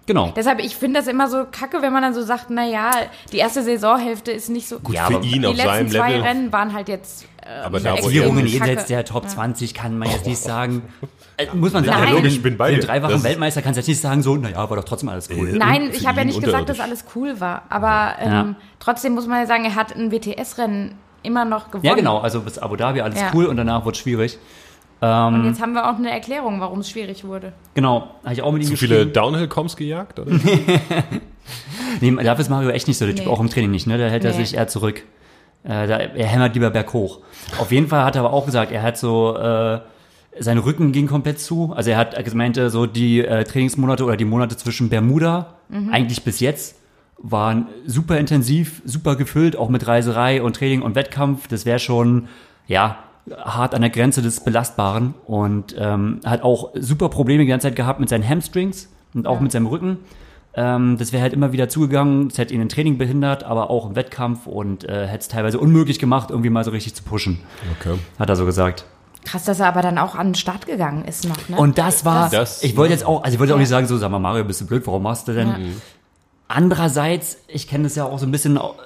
Speaker 2: Genau.
Speaker 4: Deshalb, ich finde das immer so kacke, wenn man dann so sagt, naja, die erste Saisonhälfte ist nicht so.
Speaker 2: Ja,
Speaker 3: Für
Speaker 2: aber
Speaker 3: ihn
Speaker 4: die
Speaker 3: auf seinem
Speaker 4: letzten zwei
Speaker 3: Level.
Speaker 4: Rennen waren halt jetzt. Äh,
Speaker 3: Aber da,
Speaker 2: Also
Speaker 3: wo er
Speaker 4: Platzierungen
Speaker 2: Platzierungen
Speaker 4: ist.
Speaker 2: jenseits
Speaker 4: Kacke.
Speaker 2: der Top 20 kann man jetzt nicht sagen.
Speaker 3: (laughs)
Speaker 2: Äh, muss man sagen,
Speaker 4: Nein.
Speaker 2: wenn du
Speaker 3: Oh. Logisch, ich bin bei
Speaker 2: den
Speaker 3: dir.
Speaker 2: dreifachen
Speaker 3: Das-
Speaker 2: Weltmeister kannst du jetzt nicht sagen, so, naja, war doch trotzdem alles cool.
Speaker 4: Nein,
Speaker 3: Für
Speaker 4: ich habe ja
Speaker 3: ihn
Speaker 4: nicht gesagt,
Speaker 3: unterirdisch.
Speaker 4: dass alles cool war. Aber ähm,
Speaker 2: Ja.
Speaker 4: trotzdem muss man ja sagen, er hat ein WTS-Rennen immer noch gewonnen.
Speaker 2: Ja, genau, also bis Abu Dhabi alles
Speaker 4: Ja.
Speaker 2: cool und danach wurde schwierig.
Speaker 4: Und jetzt haben wir auch eine Erklärung, warum es schwierig wurde.
Speaker 2: Genau, habe ich auch mit ihm
Speaker 3: Zu viele
Speaker 2: geschrieben.
Speaker 3: Downhill-Coms
Speaker 2: (laughs)
Speaker 3: gejagt, oder?
Speaker 2: Nee, dafür ist Mario echt nicht so der Typ,
Speaker 4: Nee.
Speaker 2: auch im Training nicht, ne? Da hält er
Speaker 4: Nee.
Speaker 2: sich eher zurück. Äh, da, er hämmert lieber berghoch. Auf jeden Fall hat er aber auch gesagt, er hat so, äh, sein Rücken ging komplett zu. Also er hat gemeint, äh, so die äh, Trainingsmonate oder die Monate zwischen Bermuda,
Speaker 4: Mhm.
Speaker 2: eigentlich bis jetzt, waren super intensiv, super gefüllt, auch mit Reiserei und Training und Wettkampf. Das wäre schon, ja, hart an der Grenze des Belastbaren und ähm, hat auch super Probleme die ganze Zeit gehabt mit seinen Hamstrings und auch mit seinem Rücken. Ähm, das wäre halt immer wieder zugegangen, das hätte ihn im Training behindert, aber auch im Wettkampf und äh, hätte es teilweise unmöglich gemacht, irgendwie mal so richtig zu pushen,
Speaker 3: Okay.
Speaker 2: hat er so gesagt.
Speaker 4: Krass, dass er aber dann auch an den Start gegangen ist noch. Ne?
Speaker 2: Und das war,
Speaker 3: Das-
Speaker 2: ich wollte jetzt auch, also ich wollte auch nicht sagen, so, sag mal, Mario, bist du blöd, warum machst du denn? Andererseits, ich kenne das ja auch so ein bisschen au-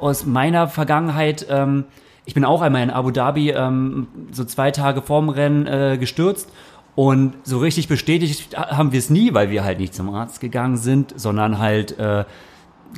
Speaker 2: aus meiner Vergangenheit, ähm, ich bin auch einmal in Abu Dhabi ähm, so zwei Tage vorm Rennen äh, gestürzt und so richtig bestätigt haben wir es nie, weil wir halt nicht zum Arzt gegangen sind, sondern halt äh,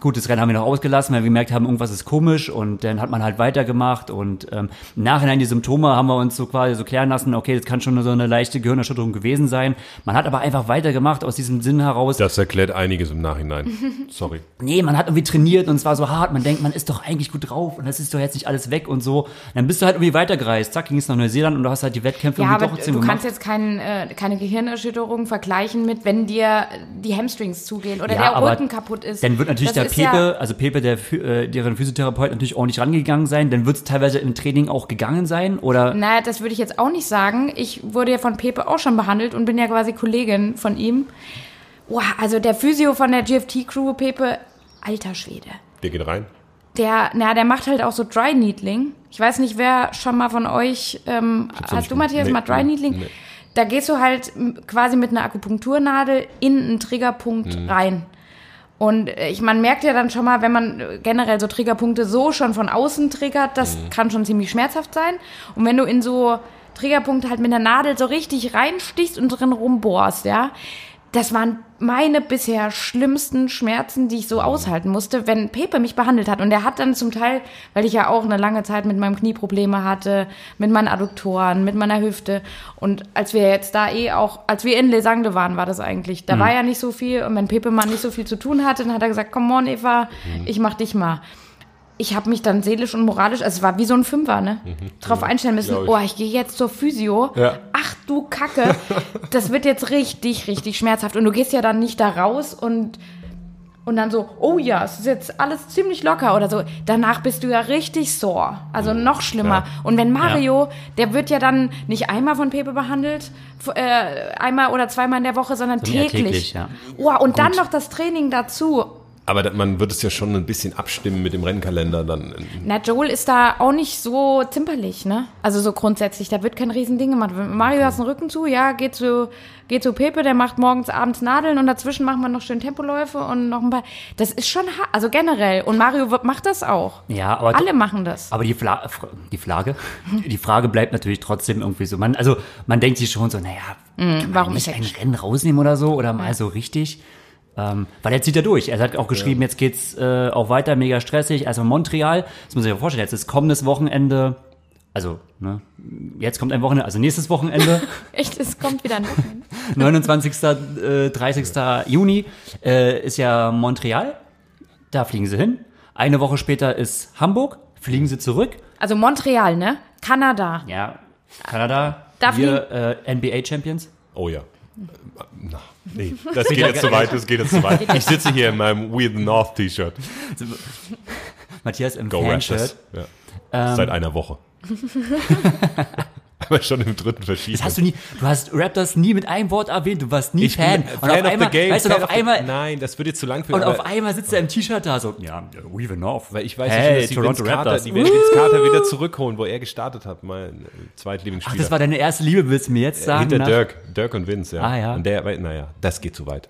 Speaker 2: gut, das Rennen haben wir noch ausgelassen, weil wir gemerkt haben, irgendwas ist komisch und dann hat man halt weitergemacht und ähm, im Nachhinein die Symptome haben wir uns so quasi so klären lassen, okay, das kann schon so eine leichte Gehirnerschütterung gewesen sein. Man hat aber einfach weitergemacht aus diesem Sinn heraus,
Speaker 3: Das erklärt einiges im Nachhinein. Sorry.
Speaker 2: nee, man hat irgendwie trainiert und es war so hart, man denkt, man ist doch eigentlich gut drauf und das ist doch jetzt nicht alles weg und so. Dann bist du halt irgendwie weitergereist, zack, ging es nach Neuseeland und du hast halt die Wettkämpfe
Speaker 4: Ja,
Speaker 2: irgendwie
Speaker 4: aber
Speaker 2: trotzdem
Speaker 4: du
Speaker 2: gemacht.
Speaker 4: kannst jetzt kein, äh, keine Gehirnerschütterung vergleichen mit, wenn dir die Hamstrings zugehen oder
Speaker 2: Ja,
Speaker 4: der
Speaker 2: aber
Speaker 4: Rücken kaputt ist.
Speaker 2: Dann wird natürlich
Speaker 4: Das ist
Speaker 2: der
Speaker 4: Ja,
Speaker 2: Pepe, also Pepe, der, Phy- äh, deren Physiotherapeut, natürlich auch nicht rangegangen sein. Dann wird es teilweise im Training auch gegangen sein oder
Speaker 4: naja, das würde ich jetzt auch nicht sagen. Ich wurde ja von Pepe auch schon behandelt und bin ja quasi Kollegin von ihm. Boah, also der Physio von der GFT-Crew, Pepe, alter Schwede.
Speaker 3: Der geht rein.
Speaker 4: Der, na, der macht halt auch so Dry Needling. Ich weiß nicht, wer schon mal von euch, ähm,
Speaker 3: noch
Speaker 4: hast
Speaker 3: nicht
Speaker 4: du Matthias
Speaker 3: gemacht.
Speaker 4: mal
Speaker 3: Nee,
Speaker 4: Dry Needling?
Speaker 3: nee.
Speaker 4: Da gehst du halt m, quasi mit einer Akupunkturnadel in einen Triggerpunkt
Speaker 3: Mhm.
Speaker 4: rein. Und äh, ich, man merkt ja dann schon mal, wenn man äh, generell so Triggerpunkte so schon von außen triggert, das
Speaker 3: Mhm.
Speaker 4: kann schon ziemlich schmerzhaft sein. Und wenn du in so Triggerpunkte halt mit der Nadel so richtig reinstichst und drin rumbohrst, ja, das waren meine bisher schlimmsten Schmerzen, die ich
Speaker 3: Mhm.
Speaker 4: so aushalten musste, wenn Pepe mich behandelt hat. Und er hat dann zum Teil, weil ich ja auch eine lange Zeit mit meinem Knie Probleme hatte, mit meinen Adduktoren, mit meiner Hüfte. Und als wir jetzt da eh auch, als wir in Lesangle waren, war das eigentlich. Da
Speaker 3: Mhm.
Speaker 4: war ja nicht so viel. Und wenn Pepe mal nicht so viel zu tun hatte, dann hat er gesagt, komm on, Eva,
Speaker 3: Mhm.
Speaker 4: ich mach dich mal. Ich habe mich dann seelisch und moralisch, also es war wie so ein Fünfer, ne? Drauf einstellen müssen,
Speaker 3: Mhm. Glaub ich.
Speaker 4: oh, ich gehe jetzt zur Physio.
Speaker 3: Ja.
Speaker 4: Ach du Kacke, das wird jetzt richtig, richtig schmerzhaft. Und du gehst ja dann nicht da raus und, und dann so, oh ja, es ist jetzt alles ziemlich locker oder so. Danach bist du ja richtig sore. Also noch schlimmer.
Speaker 3: Ja.
Speaker 4: Und wenn Mario, der wird ja dann nicht einmal von Pepe behandelt, f- äh, einmal oder zweimal in der Woche, sondern
Speaker 2: Ja,
Speaker 4: täglich.
Speaker 2: täglich, ja.
Speaker 4: Oh, und dann noch das Training dazu.
Speaker 3: Aber da- man wird es ja schon ein bisschen abstimmen mit dem Rennkalender dann.
Speaker 4: Na, Joel ist da auch nicht so zimperlich, ne? Also so grundsätzlich, da wird kein Riesending gemacht. Mario hast den Rücken zu, ja, geht zu, geht zu Pepe, der macht morgens, abends Nadeln und dazwischen machen wir noch schön Tempoläufe und noch ein paar. Das ist schon, ha- also generell. Und Mario wird, macht das auch.
Speaker 2: Ja, aber
Speaker 4: Alle Mhm. machen das.
Speaker 2: Aber die, Fla Fr- die, Frage, die Frage bleibt natürlich trotzdem irgendwie so. Man, also man denkt sich schon so, naja, kann
Speaker 4: Mhm, warum
Speaker 2: man nicht
Speaker 4: ist er
Speaker 2: ein Rennen rausnehmen oder so oder mal so richtig? Ähm, weil er zieht ja durch. Er hat auch geschrieben, jetzt geht's äh, auch weiter, mega stressig. Erstmal Montreal, das muss ich mir vorstellen, jetzt ist kommendes Wochenende, also ne, jetzt kommt ein Wochenende, also nächstes
Speaker 4: (laughs)
Speaker 2: Wochenende.
Speaker 4: Echt, es kommt wieder ein Wochenende.
Speaker 2: 29. äh, 30. Juni äh, ist ja Montreal. Da fliegen sie hin. Eine Woche später ist Hamburg. Fliegen sie zurück.
Speaker 4: Also Montreal, ne? Kanada.
Speaker 2: Ja, Kanada.
Speaker 4: Darf
Speaker 2: wir äh, NBA
Speaker 3: (laughs)
Speaker 2: Champions.
Speaker 3: Oh ja. Na, nee, das geht jetzt zu weit, das geht jetzt
Speaker 2: (laughs)
Speaker 3: zu weit. Ich sitze hier in meinem We the North T-Shirt.
Speaker 2: Matthias im
Speaker 3: Go Rashes.
Speaker 2: Fanshirt.
Speaker 3: Ja.
Speaker 2: Ähm.
Speaker 3: Seit
Speaker 2: (laughs)
Speaker 3: einer Woche. Aber schon im dritten verschiedenen.
Speaker 2: Das hast du nie. Du hast Raptors nie mit einem Wort erwähnt. Du warst nie
Speaker 3: ich bin
Speaker 2: Fan. und auf
Speaker 3: of the
Speaker 2: einmal,
Speaker 3: game,
Speaker 2: weißt du, und
Speaker 3: Fan
Speaker 2: auf
Speaker 3: of the-
Speaker 2: einmal
Speaker 3: Nein, das wird jetzt zu lang für
Speaker 2: und
Speaker 3: aber-
Speaker 2: auf einmal sitzt er im T-Shirt da so. Ja, Weave North.
Speaker 3: Weil ich weiß
Speaker 2: hey,
Speaker 3: nicht, dass die
Speaker 2: Toronto
Speaker 3: Vince Carter,
Speaker 2: Raptors.
Speaker 3: die werden Vince
Speaker 2: (laughs)
Speaker 3: Carter wieder zurückholen, wo er gestartet hat, mein äh,
Speaker 2: Ach,
Speaker 3: Zweitlieblingsspieler.
Speaker 2: das war deine erste Liebe, willst du mir jetzt sagen?
Speaker 3: Hinter
Speaker 2: nach-
Speaker 3: Dirk, Dirk und Vince, ja.
Speaker 2: Ah, ja.
Speaker 3: Und der, naja, das geht zu weit.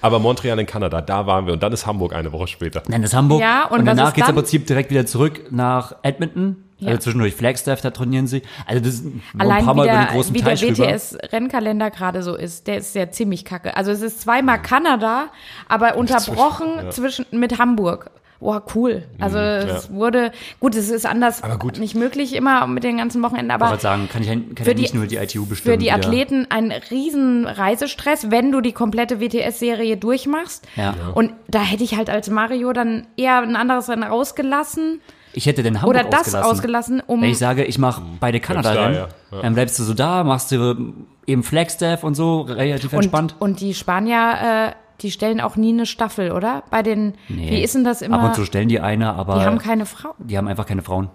Speaker 3: Aber Montreal in Kanada, da waren wir und dann ist Hamburg eine Woche später.
Speaker 2: Nein, das ist Hamburg.
Speaker 4: Ja, und was
Speaker 2: danach
Speaker 4: ist
Speaker 2: geht's im
Speaker 4: dann?
Speaker 2: Prinzip direkt wieder zurück nach Edmonton.
Speaker 4: Ja.
Speaker 2: Also zwischendurch Flagstaff, da trainieren sie. Also das ist ein
Speaker 4: Allein
Speaker 2: paar
Speaker 4: wie
Speaker 2: Mal über
Speaker 4: der,
Speaker 2: den großen
Speaker 4: wie der
Speaker 2: Teich rüber.
Speaker 4: WTS-Rennkalender gerade so ist, der ist ja ziemlich kacke. Also es ist zweimal Kanada, aber unterbrochen
Speaker 3: ja.
Speaker 4: zwischen, mit Hamburg. Boah, cool.
Speaker 2: Mhm,
Speaker 4: Also es wurde, gut, es ist anders
Speaker 3: gut.
Speaker 4: nicht möglich immer mit den ganzen Wochenenden,
Speaker 2: Ich
Speaker 4: aber
Speaker 2: wollte sagen, kann ich, kann ich
Speaker 4: für die-
Speaker 2: nicht nur die ITU bestimmen.
Speaker 4: für die
Speaker 2: wieder.
Speaker 4: Athleten ein riesen Reisestress, wenn du die komplette WTS-Serie durchmachst.
Speaker 2: Ja. Ja.
Speaker 4: Und da hätte ich halt als Mario dann eher ein anderes Rennen rausgelassen
Speaker 2: Ich hätte den Hamburg
Speaker 4: oder das
Speaker 2: ausgelassen.
Speaker 4: ausgelassen, um
Speaker 2: Wenn ich sage, ich mache beide Kanada-Rennen,
Speaker 3: Mhm. Bleibst da, ja. Ja.
Speaker 2: dann bleibst du so da, machst du eben Flagstaff und so, relativ entspannt.
Speaker 4: Und, und die Spanier, äh, die stellen auch nie eine Staffel, oder? Bei den, wie ist denn das immer?
Speaker 2: Ab und zu stellen die eine, aber
Speaker 4: die haben keine Frau.
Speaker 2: die haben einfach keine Frauen.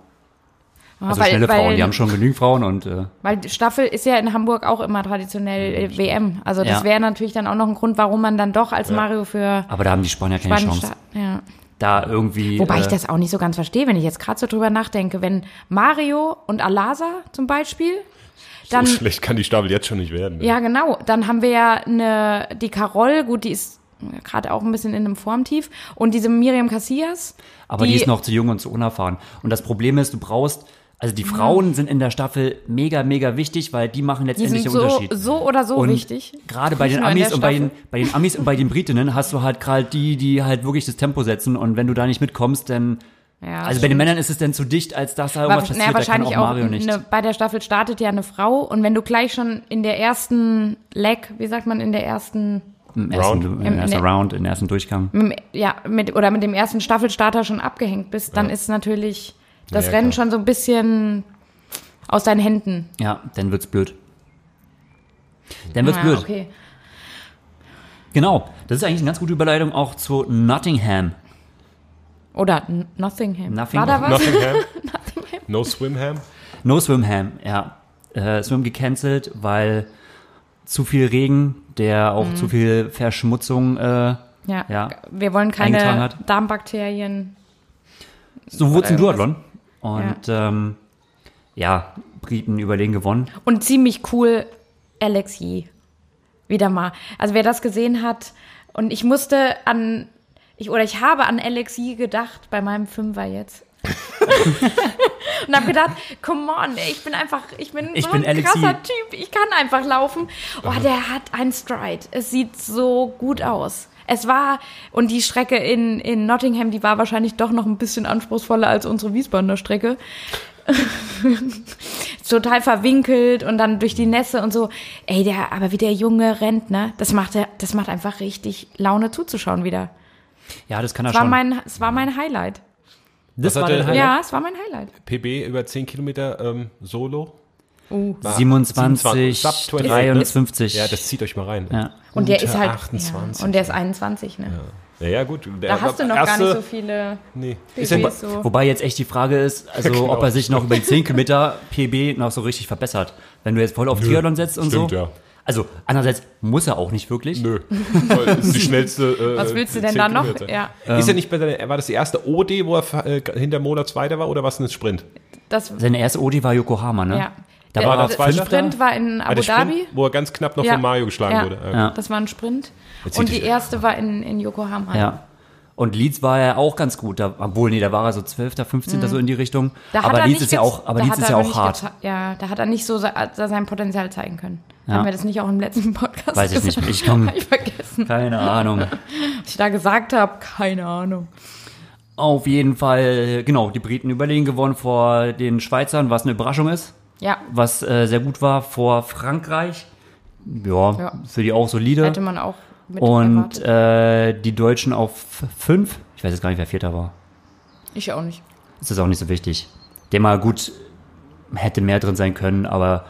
Speaker 2: Also
Speaker 4: weil,
Speaker 2: schnelle
Speaker 4: weil,
Speaker 2: Frauen, die haben schon genügend Frauen und äh,
Speaker 4: Weil die Staffel ist ja in Hamburg auch immer traditionell äh, WM. Also das
Speaker 2: Ja.
Speaker 4: wäre natürlich dann auch noch ein Grund, warum man dann doch als Mario für
Speaker 2: aber da haben die Spanier keine
Speaker 4: Spanien
Speaker 2: Chance.
Speaker 4: sta- ja.
Speaker 2: Da irgendwie.
Speaker 4: Wobei
Speaker 2: äh,
Speaker 4: ich das auch nicht so ganz verstehe, wenn ich jetzt gerade so drüber nachdenke. Wenn Mario und Alasa zum Beispiel, dann
Speaker 3: so schlecht kann die Staffel jetzt schon nicht werden.
Speaker 4: Ja, genau. Dann haben wir ja eine, die Carol, gut, die ist gerade auch ein bisschen in einem Formtief. Und diese Miriam Casillas.
Speaker 2: Aber die, ist noch zu jung und zu unerfahren. Und das Problem ist, du brauchst, also die Frauen sind in der Staffel mega, mega wichtig, weil die machen
Speaker 4: Die
Speaker 2: letztendlich
Speaker 4: sind
Speaker 2: den
Speaker 4: so,
Speaker 2: Unterschied.
Speaker 4: so oder so
Speaker 2: und
Speaker 4: wichtig. (laughs)
Speaker 2: Gerade bei
Speaker 4: Nicht
Speaker 2: den
Speaker 4: nur Oh, in der
Speaker 2: Amis und bei den,
Speaker 4: Staffel.
Speaker 2: bei den Amis und bei den Britinnen hast du halt gerade die, die halt wirklich das Tempo setzen und wenn du da nicht mitkommst, dann
Speaker 4: Ja,
Speaker 2: also bei den Männern ist es dann zu dicht, als dass da
Speaker 4: Wa-
Speaker 2: irgendwas
Speaker 4: naja,
Speaker 2: passiert. da kann
Speaker 4: wahrscheinlich
Speaker 2: auch
Speaker 4: auch,
Speaker 2: Mario nicht.
Speaker 4: eine, bei der Staffel startet ja eine Frau und wenn du gleich schon in der ersten Leg, wie sagt man, in der ersten,
Speaker 2: Im ersten,
Speaker 3: Round.
Speaker 2: im
Speaker 4: Im- Mhm.
Speaker 2: ersten
Speaker 4: ne-
Speaker 2: Round, im ersten Durchgang.
Speaker 4: mit, dem- ja, mit, oder mit dem ersten Staffelstarter schon abgehängt bist, dann ist natürlich das
Speaker 3: Ja,
Speaker 4: Rennen
Speaker 3: klar.
Speaker 4: schon so ein bisschen aus deinen Händen.
Speaker 2: Ja, dann wird's blöd. Dann wird's
Speaker 4: Ja,
Speaker 2: blöd.
Speaker 4: Okay.
Speaker 2: Genau. Das ist eigentlich eine ganz gute Überleitung auch zu Nottingham.
Speaker 4: Oder N- Nottingham.
Speaker 2: Nothing-
Speaker 4: War da was? (laughs)
Speaker 3: Nottingham? No Swimham?
Speaker 2: No Swimham, ja. Äh, Swim gecancelt, weil zu viel Regen, der auch
Speaker 4: Mhm.
Speaker 2: zu viel Verschmutzung, äh,
Speaker 4: Ja.
Speaker 2: Ja.
Speaker 4: Wir wollen
Speaker 2: Eingetragen
Speaker 4: keine
Speaker 2: hat.
Speaker 4: Darmbakterien.
Speaker 2: so wurde es im
Speaker 4: Oder
Speaker 2: Duathlon. Und ja. Ähm, ja, Briten überlegen gewonnen.
Speaker 4: Und ziemlich cool, Alex Yee. Wieder mal. Also wer das gesehen hat, und ich musste an, ich, oder ich habe an Alex Yee gedacht bei meinem Fünfer jetzt. (laughs) und habe gedacht, come on, ey, ich bin einfach, ich bin
Speaker 2: Ich
Speaker 4: so
Speaker 2: bin
Speaker 4: ein
Speaker 2: Alex
Speaker 4: krasser
Speaker 2: Yee.
Speaker 4: Typ, ich kann einfach laufen. Oh, der hat einen Stride. Es sieht so gut aus. Es war, und die Strecke in, in Nottingham, die war wahrscheinlich doch noch ein bisschen anspruchsvoller als unsere Wiesbadener Strecke. (laughs) total verwinkelt und dann durch die Nässe und so. Ey, der, aber wie der Junge rennt, ne? Das macht, er, das macht einfach richtig Laune zuzuschauen wieder.
Speaker 2: Ja, das kann er
Speaker 4: Es war
Speaker 2: schon.
Speaker 4: mein, es war mein Highlight.
Speaker 2: das war
Speaker 3: Was hat
Speaker 2: der
Speaker 3: er-
Speaker 2: ja.
Speaker 4: Ja, es war mein Highlight.
Speaker 3: PB über 10 Kilometer ähm, solo?
Speaker 2: 27,
Speaker 3: 27,
Speaker 2: 53.
Speaker 3: Ja, das zieht euch mal rein.
Speaker 2: Ja.
Speaker 4: Und der
Speaker 3: Unter
Speaker 4: ist halt.
Speaker 3: 28.
Speaker 4: Ja, und der ist 21, ne?
Speaker 3: Ja, ja, gut. Der
Speaker 4: Da hast du noch
Speaker 3: erste,
Speaker 4: gar nicht so viele
Speaker 3: Nee. Ist er,
Speaker 4: PBs so.
Speaker 2: Wobei jetzt echt die Frage ist,
Speaker 3: (laughs)
Speaker 2: also
Speaker 3: Genau.
Speaker 2: ob er sich noch über die 10 Kilometer PB noch so richtig verbessert. Wenn du jetzt voll auf Triathlon setzt und
Speaker 3: stimmt,
Speaker 2: so.
Speaker 3: ja.
Speaker 2: Also andererseits muss er auch nicht wirklich.
Speaker 3: Nö. Weil es ist die
Speaker 4: (laughs)
Speaker 3: schnellste. Äh,
Speaker 4: Was willst du denn da
Speaker 3: 10
Speaker 4: noch?
Speaker 3: Kilometer.
Speaker 4: Ja.
Speaker 3: Ist
Speaker 2: Ähm.
Speaker 3: er nicht bei seiner, war das die erste OD, wo er fa- äh, hinter Mola Zweiter war oder war es ein Sprint?
Speaker 4: Das,
Speaker 2: Seine erste Odi war Yokohama, ne?
Speaker 4: ja.
Speaker 2: Da
Speaker 4: Der-
Speaker 2: war er
Speaker 3: das
Speaker 4: der
Speaker 3: Zweite?
Speaker 4: Sprint war in
Speaker 3: Ah,
Speaker 4: Abu
Speaker 3: der
Speaker 4: Dhabi.
Speaker 3: Sprint, wo er ganz knapp noch
Speaker 4: Ja.
Speaker 3: von Mario geschlagen
Speaker 4: Ja.
Speaker 3: wurde. Ja.
Speaker 2: Ja.
Speaker 4: Das war ein Sprint.
Speaker 3: Jetzt
Speaker 4: Und
Speaker 3: sieht
Speaker 4: die
Speaker 3: die-
Speaker 4: erste war in, in Yokohama.
Speaker 2: Ja. Und Leeds war ja auch ganz gut, da, obwohl, nee, da war er so 12., 15. so in die Richtung.
Speaker 4: Mhm. Da hat
Speaker 2: aber
Speaker 4: er
Speaker 2: Leeds
Speaker 4: nicht
Speaker 2: ist ja
Speaker 4: gez-
Speaker 2: auch, aber
Speaker 4: da
Speaker 2: Leeds
Speaker 4: hat
Speaker 2: ist
Speaker 4: er
Speaker 2: ja
Speaker 4: aber
Speaker 2: auch
Speaker 4: nicht
Speaker 2: hart.
Speaker 4: geze- Ja, da hat er nicht so se- sein Potenzial zeigen können.
Speaker 2: Ja.
Speaker 4: Haben wir das nicht auch im letzten Podcast
Speaker 2: Weiß ich nicht,
Speaker 4: gesagt?
Speaker 2: ich komm-
Speaker 4: Hab ich (laughs) vergessen,
Speaker 2: Keine Ahnung.
Speaker 4: was ich da gesagt habe. Keine Ahnung.
Speaker 2: Auf jeden Fall, genau, die Briten überlegen gewonnen vor den Schweizern, was eine Überraschung ist,
Speaker 4: Ja,
Speaker 2: was äh, sehr gut war vor Frankreich. Ja,
Speaker 4: Ja.
Speaker 2: für die auch solide.
Speaker 4: hätte man auch mit
Speaker 2: Und
Speaker 4: erwartet.
Speaker 2: äh, die Deutschen auf 5. Ich weiß jetzt gar nicht, wer Vierter war. äh,
Speaker 4: Ich auch nicht.
Speaker 2: Ist das auch nicht so wichtig. Der mal gut hätte mehr drin sein können, aber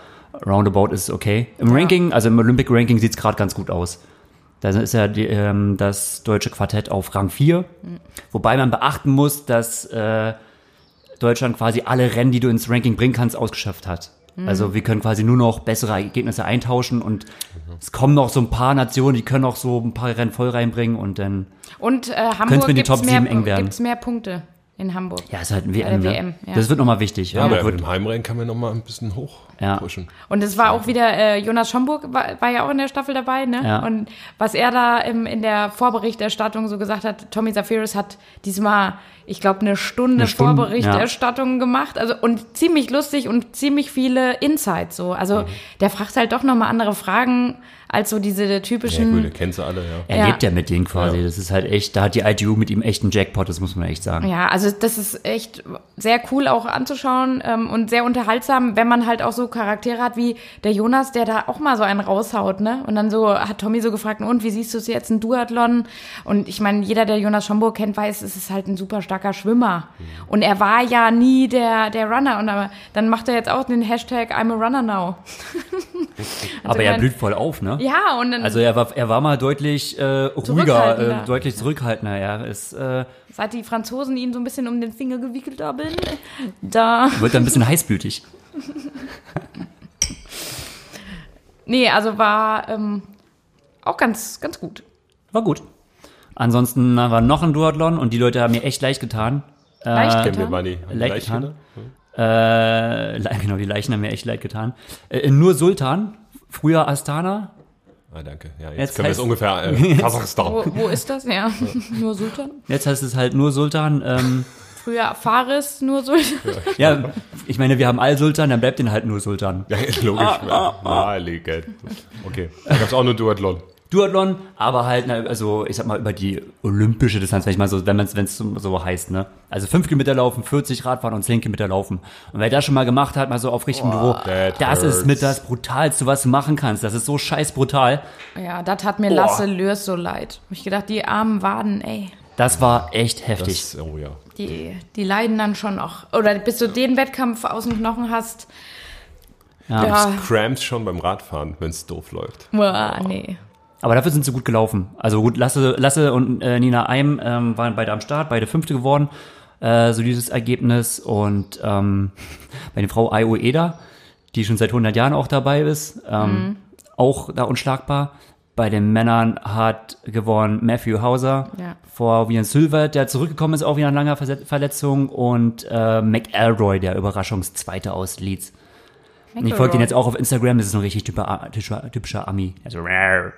Speaker 2: roundabout ist okay. Im Ranking, also im Olympic Ranking sieht es gerade ganz gut aus. Da ist ja die, ähm, das deutsche Quartett auf Rang 4. Wobei man beachten muss, dass äh, Deutschland quasi alle Rennen, die du ins Ranking bringen kannst, ausgeschöpft hat. Also wir können quasi nur noch bessere Ergebnisse eintauschen und es kommen noch so ein paar Nationen, die können auch so ein paar Rennen voll reinbringen und dann,
Speaker 4: Und äh,
Speaker 2: Können's
Speaker 4: Hamburg
Speaker 2: mit den
Speaker 4: gibt
Speaker 2: Top
Speaker 4: es mehr,
Speaker 2: sieben eng werden.
Speaker 4: gibt's mehr Punkte in Hamburg.
Speaker 2: ja, ist halt ein
Speaker 4: der
Speaker 2: WM. Ne?
Speaker 4: WM, ja.
Speaker 2: Das wird nochmal wichtig.
Speaker 3: Ja,
Speaker 2: Hamburg
Speaker 3: aber
Speaker 2: wird,
Speaker 3: im Heimrennen kann man noch mal ein bisschen hoch
Speaker 2: Ja.
Speaker 3: pushen.
Speaker 4: Und es war auch wieder, äh, Jonas Schomburg war, war ja auch in der Staffel dabei, ne?
Speaker 2: Ja.
Speaker 4: Und was er da im, in der Vorberichterstattung so gesagt hat, Tommy Zafiris hat diesmal, ich glaube, eine Stunde,
Speaker 2: Eine Stunde,
Speaker 4: Vorberichterstattung gemacht. Also und ziemlich lustig und ziemlich viele Insights so.
Speaker 2: Mhm.
Speaker 4: Also der fragt halt doch nochmal andere Fragen als so diese
Speaker 3: Ja,
Speaker 4: typischen.
Speaker 3: gut, ihr kennt sie alle, ja.
Speaker 2: Er
Speaker 4: Ja.
Speaker 2: lebt ja mit denen quasi. Das ist halt echt, da hat die ITU mit ihm echt einen Jackpot, das muss man echt sagen.
Speaker 4: Ja, also das ist echt sehr cool auch anzuschauen ähm, und sehr unterhaltsam, wenn man halt auch so Charaktere hat wie der Jonas, der da auch mal so einen raushaut, ne? Und dann so hat Tommy so gefragt, und wie siehst du es jetzt in Duathlon? Und ich meine, jeder, der Jonas Schomburg kennt, weiß, es ist halt ein super starker Schwimmer. Und er war ja nie der, der Runner. Und aber, dann macht er jetzt auch den Hashtag I'm a Runner now.
Speaker 2: Aber er
Speaker 4: also man-
Speaker 2: blüht voll auf, ne?
Speaker 4: Ja, und dann
Speaker 2: Also er war, er war mal deutlich äh, ruhiger,
Speaker 4: Zurückhaltender.
Speaker 2: äh, deutlich zurückhaltender. Ja, es äh,
Speaker 4: seit die Franzosen ihn so ein bisschen um den Finger gewickelt haben, da
Speaker 2: wird dann ein bisschen heißblütig.
Speaker 4: Nee, also war ähm, auch ganz, ganz gut.
Speaker 2: War gut. Ansonsten war noch ein Duathlon und die Leute haben mir echt leicht getan. Äh,
Speaker 4: Leicht
Speaker 3: Kennen wir
Speaker 4: getan.
Speaker 3: Money.
Speaker 2: Leicht getan. Äh, le- (laughs) genau, die Leichen haben mir echt leid getan. Äh, nur Sultan, früher Astana.
Speaker 3: Ah, danke. Ja, jetzt,
Speaker 2: Jetzt
Speaker 3: können wir es
Speaker 2: heißt- Oh. (laughs)
Speaker 3: ungefähr äh,
Speaker 4: Wo,
Speaker 3: Kasachstan.
Speaker 4: wo ist das? Ja, (laughs) nur Sultan.
Speaker 2: Jetzt heißt es halt nur Sultan. Ähm,
Speaker 4: Früher Faris, nur Sultan.
Speaker 2: ja, ich meine, wir haben all Sultan, dann bleibt den halt nur Sultan.
Speaker 3: (laughs) Ja, logisch.
Speaker 2: Ah,
Speaker 3: ja. Naheliegend. Okay, da gab es auch nur Duathlon.
Speaker 2: Duathlon, aber halt, na, also ich sag mal, über die olympische Distanz, wenn ich mal so, wenn man es so heißt, ne? Also 5 Kilometer laufen, 40 Radfahren und 10 Kilometer laufen. Und wer das schon mal gemacht hat, mal so auf richtigem Niveau,
Speaker 3: that
Speaker 2: das
Speaker 3: hurts.
Speaker 2: ist mit das Brutalste, was du machen kannst. Das ist so scheiß brutal.
Speaker 4: Ja, das hat mir Lasse Lörs so leid. Hab ich gedacht, die armen Waden, ey.
Speaker 2: Das war echt heftig.
Speaker 3: Das, oh ja.
Speaker 4: Die, die leiden dann schon auch. Oder bis du den Wettkampf aus dem Knochen hast.
Speaker 2: Ja.
Speaker 4: Ja,
Speaker 3: Cramps schon beim Radfahren, wenn es doof läuft.
Speaker 4: Uah, nee.
Speaker 2: Aber dafür sind sie gut gelaufen. Also gut, Lasse, Lasse und äh, Nina Eim ähm, waren beide am Start, beide Fünfte geworden. Äh, so dieses Ergebnis. Und ähm, meine Frau Ayo Eda, die schon seit 100 Jahren auch dabei ist, ähm, auch da unschlagbar. Bei den Männern hat gewonnen Matthew Hauser
Speaker 4: Ja.
Speaker 2: vor Vian Silver, der zurückgekommen ist, auch wieder nach langer Verse- Verletzung. Und äh, McElroy, der Überraschungszweite aus Leeds. Und ich folge den jetzt auch auf Instagram, das ist ein richtig typer, typischer, typischer Ami. Also, rar.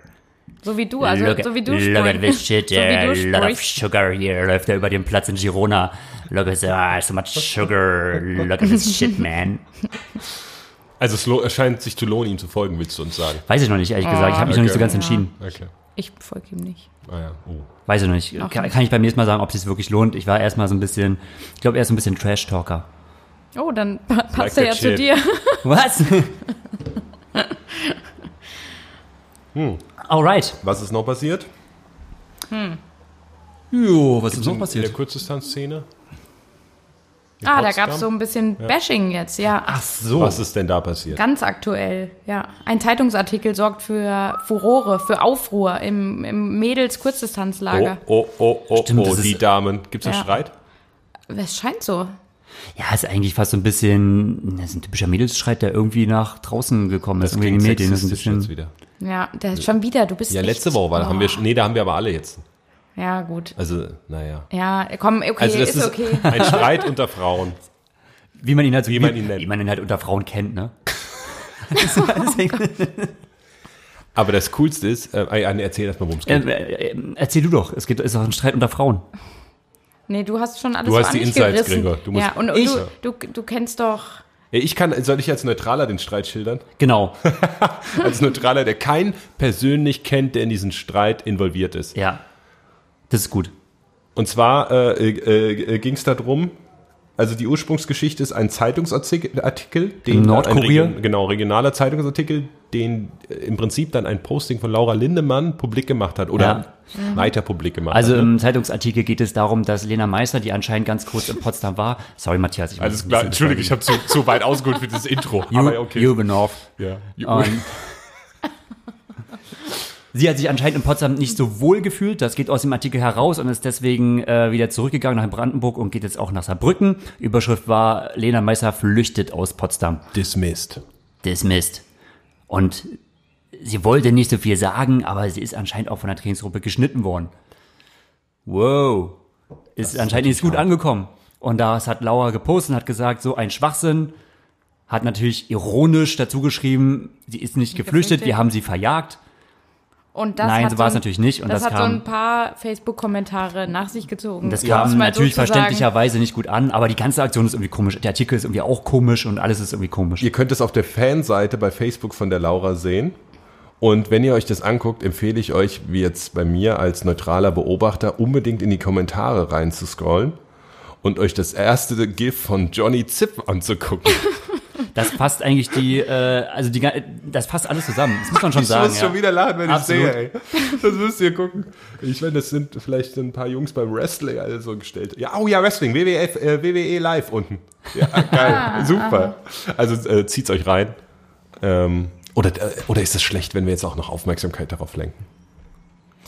Speaker 4: So wie du, also
Speaker 2: look, at-
Speaker 4: so wie du
Speaker 2: look at this shit,
Speaker 4: so wie
Speaker 2: yeah,
Speaker 4: du
Speaker 2: a lot of
Speaker 4: sprichst.
Speaker 2: sugar here, läuft er über den Platz in Girona. Look at ah, so much sugar, look at this shit, man.
Speaker 3: Also es lo- es scheint sich zu lohnen, ihm zu folgen, willst du uns sagen.
Speaker 2: Weiß ich noch nicht, ehrlich gesagt, ich habe mich noch nicht so ganz
Speaker 4: Ja.
Speaker 2: entschieden.
Speaker 3: Okay.
Speaker 4: Ich folge ihm nicht.
Speaker 3: Ah ja. Oh.
Speaker 2: Weiß ich noch nicht, kann, kann ich beim nächsten Mal sagen, ob es sich wirklich lohnt. Ich war erstmal so ein bisschen, ich glaube, er ist ein bisschen Trash-Talker.
Speaker 4: Oh, dann (laughs) pa- passt
Speaker 3: that
Speaker 4: er ja zu
Speaker 3: shit.
Speaker 4: dir.
Speaker 3: (laughs)
Speaker 2: Was?
Speaker 3: Hm.
Speaker 2: Alright.
Speaker 3: Was ist noch passiert?
Speaker 2: Jo, was ist
Speaker 3: In-
Speaker 2: noch
Speaker 3: In der
Speaker 2: passiert?
Speaker 3: Kurzdistanzszene?
Speaker 4: Ah, da
Speaker 3: Potsdam?
Speaker 4: gab's so ein bisschen Bashing jetzt, ja.
Speaker 2: Ach so.
Speaker 3: Was ist denn da passiert?
Speaker 4: Ganz aktuell, ja. Ein Zeitungsartikel sorgt für Furore, für Aufruhr im, im
Speaker 3: Oh,
Speaker 4: Mädels-Kurzdistanzlager.
Speaker 3: oh, oh, oh,
Speaker 2: Stimmt,
Speaker 3: oh
Speaker 2: das
Speaker 3: die
Speaker 2: ist-
Speaker 3: Damen. Gibt es einen
Speaker 4: Ja.
Speaker 3: Streit?
Speaker 4: Es scheint so.
Speaker 2: Ja, ist eigentlich fast so ein bisschen, das ist ein typischer Mädelsschrei, der irgendwie nach draußen gekommen ist.
Speaker 3: Das
Speaker 2: irgendwie in
Speaker 3: klingt
Speaker 2: den Medien. Das ist ein
Speaker 3: sexistisch jetzt
Speaker 2: bisschen,
Speaker 3: wieder.
Speaker 4: Ja, das ist schon wieder, du bist
Speaker 3: Ja,
Speaker 4: echt-
Speaker 3: letzte Woche war, haben wir, schon- nee, da haben wir aber alle jetzt.
Speaker 4: Ja, gut.
Speaker 3: Also, naja.
Speaker 4: Ja, komm, okay,
Speaker 3: Also das
Speaker 4: ist,
Speaker 3: ist
Speaker 4: okay.
Speaker 3: ein Streit unter Frauen.
Speaker 2: wie man ihn halt, so,
Speaker 3: Wie
Speaker 2: wie,
Speaker 3: man
Speaker 2: man
Speaker 3: ihn nennt.
Speaker 2: wie man ihn halt unter Frauen kennt, ne?
Speaker 3: Aber das Coolste ist, äh, äh, erzähl erst mal, worum es
Speaker 2: Äh,
Speaker 3: geht.
Speaker 2: äh, äh, erzähl du doch, es gibt, ist auch ein Streit unter Frauen.
Speaker 4: Nee, du hast schon alles
Speaker 3: Du
Speaker 4: so
Speaker 3: hast die
Speaker 4: an mich
Speaker 3: Insights,
Speaker 4: gerissen.
Speaker 3: Gregor. Du musst-
Speaker 4: ja, und, und
Speaker 2: Ich-
Speaker 4: du, du, du kennst doch.
Speaker 3: Ja, ich kann, soll ich als Neutraler den Streit schildern?
Speaker 2: Genau. (laughs)
Speaker 3: Als Neutraler, der keinen persönlich kennt, der in diesen Streit involviert ist.
Speaker 2: Ja. Das ist gut.
Speaker 3: Und zwar äh, äh, äh, ging es darum, also die Ursprungsgeschichte ist ein Zeitungsartikel, Artikel, den
Speaker 2: Nordkurier?
Speaker 3: ein Region, genau regionaler Zeitungsartikel, den äh, im Prinzip dann ein Posting von Laura Lindemann publik gemacht hat oder Mhm. weiter publik gemacht
Speaker 2: Also
Speaker 3: hat.
Speaker 2: im Zeitungsartikel geht es darum, dass Lena Meister, die anscheinend ganz kurz in Potsdam war, sorry Matthias, ich muss
Speaker 3: Alles
Speaker 2: ein
Speaker 3: Also, klar,
Speaker 2: bisschen
Speaker 3: Entschuldigung, ich habe zu, zu weit ausgeholt für dieses Intro.
Speaker 2: Ju-
Speaker 3: aber okay.
Speaker 2: Jubenhoff.
Speaker 3: ja. Ju-
Speaker 2: Und sie hat sich anscheinend in Potsdam nicht so wohl gefühlt. Das geht aus dem Artikel heraus und ist deswegen äh, wieder zurückgegangen nach Brandenburg und geht jetzt auch nach Saarbrücken. Überschrift war, Lena Meister flüchtet aus Potsdam.
Speaker 3: Dismissed.
Speaker 2: Dismissed. Und sie wollte nicht so viel sagen, aber sie ist anscheinend auch von der Trainingsgruppe geschnitten worden. Wow. Ist anscheinend nicht gut angekommen. Und das hat Laura gepostet und hat gesagt, so ein Schwachsinn. Hat natürlich ironisch dazu geschrieben, sie ist nicht geflüchtet,
Speaker 4: geflüchtet.
Speaker 2: wir haben sie verjagt.
Speaker 4: Und das
Speaker 2: Nein,
Speaker 4: hat
Speaker 2: so war es
Speaker 4: ein-
Speaker 2: natürlich nicht und
Speaker 4: das,
Speaker 2: das
Speaker 4: hat so
Speaker 2: kam-
Speaker 4: ein paar Facebook-Kommentare nach sich gezogen.
Speaker 2: Das
Speaker 4: um es
Speaker 2: kam
Speaker 4: mal
Speaker 2: natürlich
Speaker 4: so zu sagen.
Speaker 2: verständlicherweise nicht gut an, aber die ganze Aktion ist irgendwie komisch. Der Artikel ist irgendwie auch komisch und alles ist irgendwie komisch.
Speaker 3: Ihr könnt es auf der Fanseite bei Facebook von der Laura sehen. Und wenn ihr euch das anguckt, empfehle ich euch, wie jetzt bei mir als neutraler Beobachter, unbedingt in die Kommentare reinzuscrollen und euch das erste GIF von Johnny Zipp anzugucken.
Speaker 2: Das passt eigentlich die, äh, also die, ga- das passt alles zusammen. Das muss man
Speaker 3: (laughs)
Speaker 2: schon sagen.
Speaker 3: ich muss
Speaker 2: ja.
Speaker 3: schon wieder lachen, wenn
Speaker 2: Absolut.
Speaker 3: ich sehe, ey. Das müsst ihr gucken. Ich meine, das sind vielleicht ein paar Jungs beim Wrestling alle so gestellt. Ja, oh ja, Wrestling, WWF, äh, WWE Live unten.
Speaker 2: (laughs)
Speaker 3: Ja,
Speaker 2: Ah,
Speaker 3: geil, super. Also äh, zieht's euch rein. Ähm, oder, äh, oder ist es schlecht, wenn wir jetzt auch noch Aufmerksamkeit darauf lenken?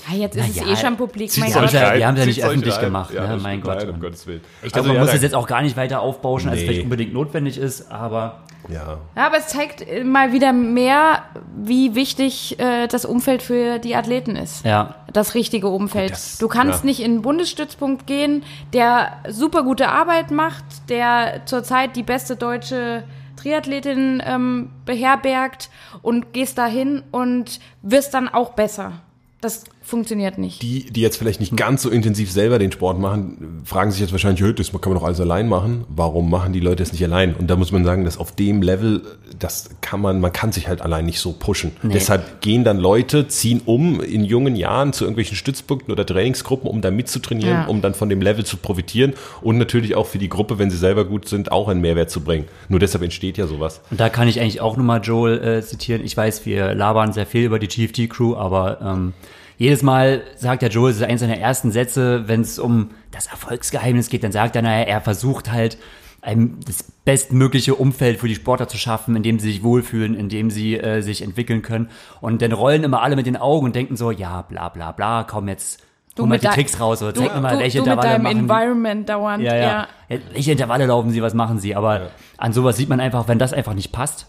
Speaker 4: Ja, jetzt ist
Speaker 2: Na
Speaker 4: es
Speaker 2: ja,
Speaker 4: eh schon publik. Mein
Speaker 2: ist auch
Speaker 4: Gott.
Speaker 2: egal.
Speaker 4: Ja,
Speaker 2: Ja, die haben's ja nicht
Speaker 3: Zieht's euch
Speaker 2: öffentlich
Speaker 3: rein.
Speaker 2: gemacht, ne?
Speaker 3: das-
Speaker 2: Mein Gott.
Speaker 3: Nein, um Gottes Willen.
Speaker 2: Ich glaube, Also man muss das jetzt auch gar nicht weiter aufbauschen, als es
Speaker 3: Nee.
Speaker 2: vielleicht unbedingt notwendig ist, aber
Speaker 3: Ja,
Speaker 4: aber es zeigt äh, mal wieder mehr, wie wichtig äh, das Umfeld für die Athleten ist.
Speaker 2: ja.
Speaker 4: Das richtige Umfeld.
Speaker 3: das-
Speaker 4: du kannst
Speaker 3: ja.
Speaker 4: nicht in einen Bundesstützpunkt gehen, der super gute Arbeit macht, der zurzeit die beste deutsche Triathletin ähm, beherbergt und gehst dahin und wirst dann auch besser. Das funktioniert nicht.
Speaker 3: die, die jetzt vielleicht nicht ganz so intensiv selber den Sport machen, fragen sich jetzt wahrscheinlich, "Hö, das kann man doch alles allein machen. Warum machen die Leute das nicht allein? Und da muss man sagen, dass auf dem Level, das kann man, man kann sich halt allein nicht so pushen. Deshalb gehen dann Leute, ziehen um in jungen Jahren zu irgendwelchen Stützpunkten oder Trainingsgruppen, um da mitzutrainieren,
Speaker 4: Ja.
Speaker 3: um dann von dem Level zu profitieren und natürlich auch für die Gruppe, wenn sie selber gut sind, auch einen Mehrwert zu bringen. Nur deshalb entsteht ja sowas.
Speaker 2: Und da kann ich eigentlich auch nochmal Joel äh, zitieren. Ich weiß, wir labern sehr viel über die GFT Crew, aber ähm, jedes Mal sagt der Joel, das ist eines seiner ersten Sätze, wenn es um das Erfolgsgeheimnis geht, dann sagt er, naja, er versucht halt, ein, das bestmögliche Umfeld für die Sportler zu schaffen, in dem sie sich wohlfühlen, in dem sie äh, sich entwickeln können. Und dann rollen immer alle mit den Augen und denken so, ja, bla bla bla, komm jetzt, hol mal halt die
Speaker 4: dein-
Speaker 2: Tricks raus oder zeig mir mal,
Speaker 4: du,
Speaker 2: welche
Speaker 4: du mit
Speaker 2: Intervalle
Speaker 4: deinem
Speaker 2: machen die.
Speaker 4: Environment dauernd.
Speaker 2: Ja, ja. ja. Welche Intervalle laufen sie, was machen sie? Aber an sowas sieht man einfach, wenn das einfach nicht passt,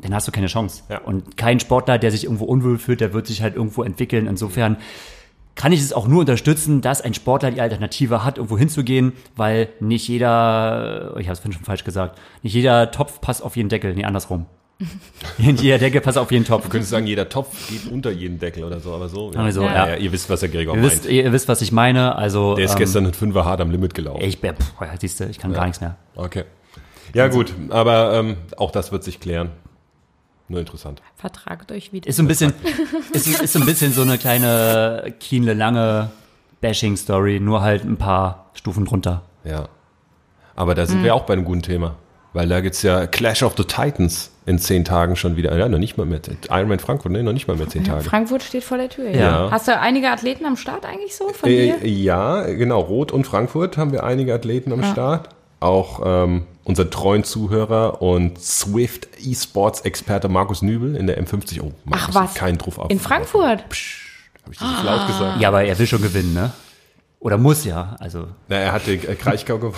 Speaker 2: dann hast du keine Chance.
Speaker 3: Mhm. Ja.
Speaker 2: Und kein Sportler, der sich irgendwo unwohl fühlt, der wird sich halt irgendwo entwickeln. Insofern kann ich es auch nur unterstützen, dass ein Sportler die Alternative hat, irgendwo hinzugehen, weil nicht jeder, ich habe es vorhin schon falsch gesagt, nicht jeder Topf passt auf jeden Deckel, nee,
Speaker 3: (laughs)
Speaker 2: andersrum. nicht jeder Deckel passt auf jeden Topf.
Speaker 3: Du könntest sagen, jeder Topf geht unter jeden Deckel oder so, aber so. Ja.
Speaker 2: Aber so, ja.
Speaker 3: ihr wisst, was der Gregor
Speaker 2: Ihr
Speaker 3: meint.
Speaker 2: wisst, ihr wisst, was ich meine. Also
Speaker 3: Der ist
Speaker 2: ähm,
Speaker 3: gestern mit Fünfer hart am Limit gelaufen.
Speaker 2: ich, pff, siehst du, ich kann gar nichts mehr.
Speaker 3: Okay. Ja, gut, aber ähm, auch das wird sich klären. Nur interessant.
Speaker 4: Vertragt euch wieder.
Speaker 2: Ist so ein bisschen, (laughs) ist, ist so ein bisschen so eine kleine Kienle lange Bashing-Story, nur halt ein paar Stufen drunter.
Speaker 3: Ja. Aber da sind
Speaker 4: Mhm.
Speaker 3: wir auch bei einem guten Thema. Weil da gibt's ja Clash of the Titans in zehn Tagen schon wieder. Ja, noch nicht mal mehr. Ironman Frankfurt, ne, noch nicht mal mehr zehn Tage.
Speaker 4: Frankfurt steht vor der Tür.
Speaker 2: Ja.
Speaker 4: Hast du einige Athleten am Start eigentlich so von dir?
Speaker 3: Äh, ja, genau. Rot und Frankfurt haben wir einige Athleten am Start. Auch ähm, unseren treuen Zuhörer und Swift E-Sports-Experte Markus Nübel in der M50. Oh, Markus,
Speaker 4: Ach was.
Speaker 3: keinen Druck auf.
Speaker 4: In Frankfurt?
Speaker 3: Habe ich das nicht laut gesagt?
Speaker 2: Ja, aber er will schon gewinnen, ne? Oder muss ja, also
Speaker 3: Na, er hat den äh, Kraichgau gewonnen.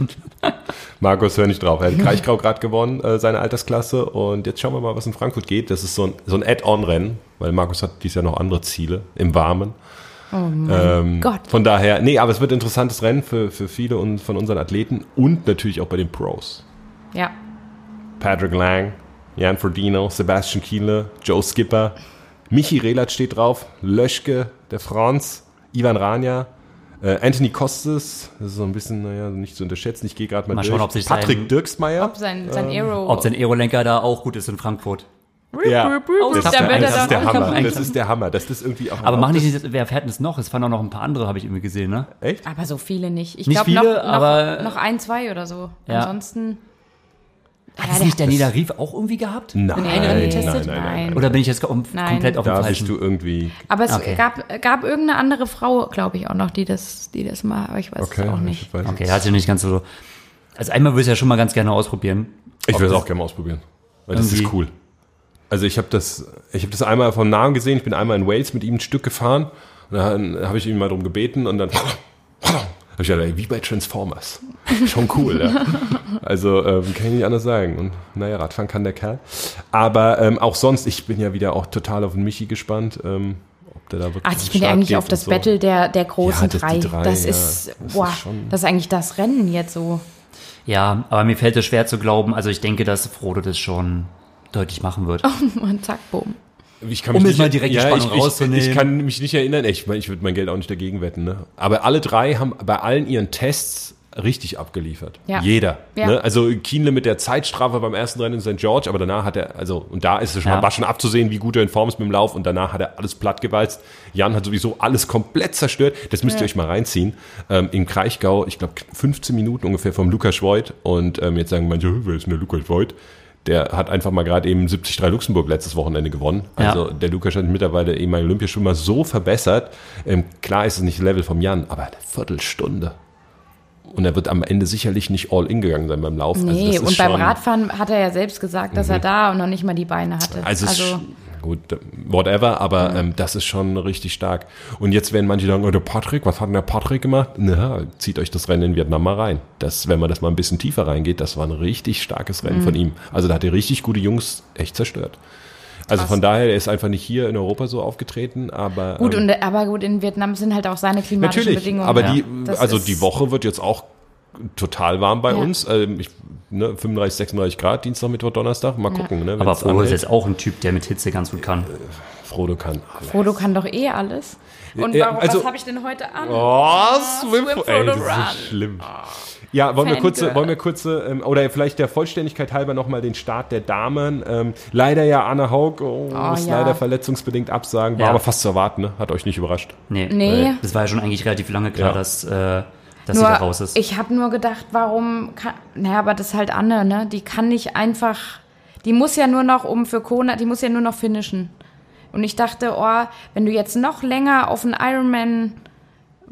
Speaker 3: (laughs) Markus, hör nicht drauf. Er hat Kraichgau gerade gewonnen, äh, seine Altersklasse. Und jetzt schauen wir mal, was in Frankfurt geht. Das ist so ein, so ein Add-on-Rennen, weil Markus hat dieses Jahr noch andere Ziele im Warmen. ähm,
Speaker 4: Gott.
Speaker 3: Von daher, nee, aber es wird ein interessantes Rennen für, für viele und von unseren Athleten und natürlich auch bei den Pros.
Speaker 4: Ja.
Speaker 3: Patrick Lang, Jan Frodeno, Sebastian Kienle, Joe Skipper, Michi Relat steht drauf, Löschke, der Franz, Ivan Rania, äh, Anthony Kostes, das ist so ein bisschen, naja, nicht zu unterschätzen, ich gehe gerade mal,
Speaker 2: Mal
Speaker 3: durch.
Speaker 2: schauen, ob sich sein-
Speaker 3: Patrick Dirksmeier.
Speaker 4: Sein, sein
Speaker 3: Ähm,
Speaker 4: Aero.
Speaker 2: ob sein Aerolenker da auch gut ist in Frankfurt.
Speaker 3: Ja.
Speaker 4: Rup, rup, rup,
Speaker 3: Das,
Speaker 4: dann
Speaker 3: ist der,
Speaker 4: wird er
Speaker 3: das ist der
Speaker 4: dann auch-
Speaker 3: Hammer. Das ist der Hammer. Das ist irgendwie auch.
Speaker 2: Aber machen die nicht, wer fährt denn das noch? Es fahren auch noch ein paar andere, habe ich irgendwie gesehen, ne?
Speaker 3: Echt?
Speaker 4: Aber so viele nicht. Ich
Speaker 2: Nicht
Speaker 4: glaube noch,
Speaker 2: viele,
Speaker 4: noch,
Speaker 2: aber-
Speaker 4: noch ein, zwei oder so.
Speaker 2: Ja.
Speaker 4: Ansonsten.
Speaker 2: Hat es nicht der Nida Rief auch irgendwie gehabt?
Speaker 3: Nein,
Speaker 4: Nein, nein,
Speaker 3: nein, nein,
Speaker 4: nein.
Speaker 3: nein.
Speaker 2: Oder bin ich jetzt kom
Speaker 4: Nein.
Speaker 2: komplett auf dem
Speaker 3: Da
Speaker 2: falschen?
Speaker 3: bist du irgendwie.
Speaker 4: Aber es
Speaker 2: Okay.
Speaker 4: gab, gab irgendeine andere Frau, glaube ich, auch noch, die das, die das mal, aber ich weiß
Speaker 3: Okay,
Speaker 4: es auch
Speaker 3: ich
Speaker 4: nicht.
Speaker 3: weiß nicht.
Speaker 2: Okay, hat sich nicht ganz so. Also einmal würde ich ja schon mal ganz gerne ausprobieren.
Speaker 3: Ich
Speaker 2: Ob
Speaker 3: würde es
Speaker 2: das-
Speaker 3: auch gerne mal ausprobieren. Weil das ist
Speaker 2: Irgendwie.
Speaker 3: cool. Also ich habe das, ich habe das einmal vom Namen gesehen. Ich bin einmal in Wales mit ihm ein Stück gefahren. Und dann habe ich ihn mal drum gebeten und dann habe ich gedacht, ey, wie bei Transformers. Schon cool, ja. Also ähm, kann ich nicht anders sagen. Und naja, Radfahren kann der Kerl. Aber ähm, auch sonst, ich bin ja wieder auch total auf den Michi gespannt. Ähm, ob der da wirklich
Speaker 4: Ach,
Speaker 3: an den
Speaker 4: ich bin
Speaker 3: Start
Speaker 4: eigentlich
Speaker 3: geht
Speaker 4: auf
Speaker 3: und
Speaker 4: das
Speaker 3: so.
Speaker 4: Battle der, der großen
Speaker 3: Ja, das-
Speaker 4: drei.
Speaker 3: die drei,
Speaker 4: Das
Speaker 3: ja.
Speaker 4: ist,
Speaker 3: Das ist
Speaker 4: boah,
Speaker 3: schon-
Speaker 4: das ist eigentlich das Rennen jetzt so. (laughs)
Speaker 2: Ja, aber mir fällt es schwer zu glauben. Also ich denke, dass Frodo das schon deutlich machen wird.
Speaker 4: Und zack, boom.
Speaker 3: Ich kann
Speaker 2: Um
Speaker 3: mich
Speaker 2: jetzt
Speaker 3: nicht-
Speaker 2: mal direkt die
Speaker 3: ja,
Speaker 2: Spannung
Speaker 3: ich, ich,
Speaker 2: rauszunehmen.
Speaker 3: Ich kann mich nicht erinnern. Ich, meine, ich würde mein Geld auch nicht dagegen wetten. Ne? Aber alle drei haben bei allen ihren Tests richtig abgeliefert.
Speaker 4: Ja.
Speaker 3: Jeder.
Speaker 4: Ja.
Speaker 3: Ne? Also Kienle mit der Zeitstrafe beim ersten Rennen in St. George, aber danach hat er, also und da ist es schon,
Speaker 2: Ja.
Speaker 3: war schon abzusehen, wie gut er in Form ist mit dem Lauf und danach hat er alles plattgewalzt. Jan hat sowieso alles komplett zerstört. Das müsst ihr euch mal reinziehen. Ähm, Im Kraichgau, ich glaube 15 Minuten ungefähr vom Lukas Voigt und ähm, jetzt sagen manche, "Hö, wer ist denn der Lukas Voigt? Der hat einfach mal gerade eben 73 Luxemburg letztes Wochenende gewonnen.
Speaker 2: Ja.
Speaker 3: Also der Lukas hat mittlerweile eben mein Olympisch schon mal so verbessert. Ähm, klar ist es nicht Level vom Jan, aber eine Viertelstunde. Und er wird am Ende sicherlich nicht all in gegangen sein beim Lauf.
Speaker 4: Nee,
Speaker 3: Also das ist
Speaker 4: und beim
Speaker 3: schon- Mhm.
Speaker 4: Radfahren hat er ja selbst gesagt, dass er da und noch nicht mal die Beine hatte.
Speaker 3: Also, es ist sch- gut, whatever, aber ähm, das ist schon richtig stark. Und jetzt werden manche sagen, oh, der Patrick, was hat denn der Patrick gemacht? Na, zieht euch das Rennen in Vietnam mal rein. Das, wenn man das mal ein bisschen tiefer reingeht, das war ein richtig starkes Rennen
Speaker 4: Mhm.
Speaker 3: von ihm. Also da hat er richtig gute Jungs echt zerstört. Also von daher, er ist einfach nicht hier in Europa so aufgetreten, aber
Speaker 4: gut,
Speaker 3: ähm,
Speaker 4: und, aber gut, in Vietnam sind halt auch seine klimatischen
Speaker 3: natürlich.
Speaker 4: Bedingungen.
Speaker 3: aber
Speaker 4: ja.
Speaker 3: die,
Speaker 4: Das
Speaker 3: also
Speaker 4: ist-
Speaker 3: die Woche wird jetzt auch total warm bei
Speaker 4: Ja.
Speaker 3: uns. Ähm, ich, ne, 35, 36 Grad, Dienstag, Mittwoch, Donnerstag. Mal gucken. Ne,
Speaker 2: aber
Speaker 3: wenn's
Speaker 2: Frodo ist
Speaker 3: anhält.
Speaker 2: jetzt auch ein Typ, der mit Hitze ganz gut kann.
Speaker 3: Frodo kann.
Speaker 4: Frodo kann doch eh alles. Und
Speaker 3: Ja,
Speaker 4: warum,
Speaker 3: also-
Speaker 4: was habe ich denn heute an? Ah,
Speaker 3: Oh, Swim,
Speaker 4: Swim
Speaker 3: Ey,
Speaker 4: Photo
Speaker 3: das
Speaker 4: Run.
Speaker 3: ist so schlimm. Ja, wollen wir
Speaker 4: Fangirl.
Speaker 3: kurze, wollen wir kurze ähm, oder vielleicht der Vollständigkeit halber nochmal den Start der Damen. Ähm, leider ja Anna Haug, oh, muss
Speaker 4: ja.
Speaker 3: leider verletzungsbedingt absagen, war
Speaker 2: Ja.
Speaker 3: aber fast zu erwarten, ne? hat euch nicht überrascht.
Speaker 2: Nee.
Speaker 4: Nee.
Speaker 2: Das war ja schon eigentlich relativ lange klar,
Speaker 3: Ja.
Speaker 2: dass, äh, dass sie
Speaker 4: Nur,
Speaker 2: da raus ist.
Speaker 4: Ich habe nur gedacht, warum kann. Naja, aber das ist halt Anne, ne? Die kann nicht einfach. Die muss ja nur noch um für Kona, die muss ja nur noch finishen. Und ich dachte, oh, wenn du jetzt noch länger auf einen Ironman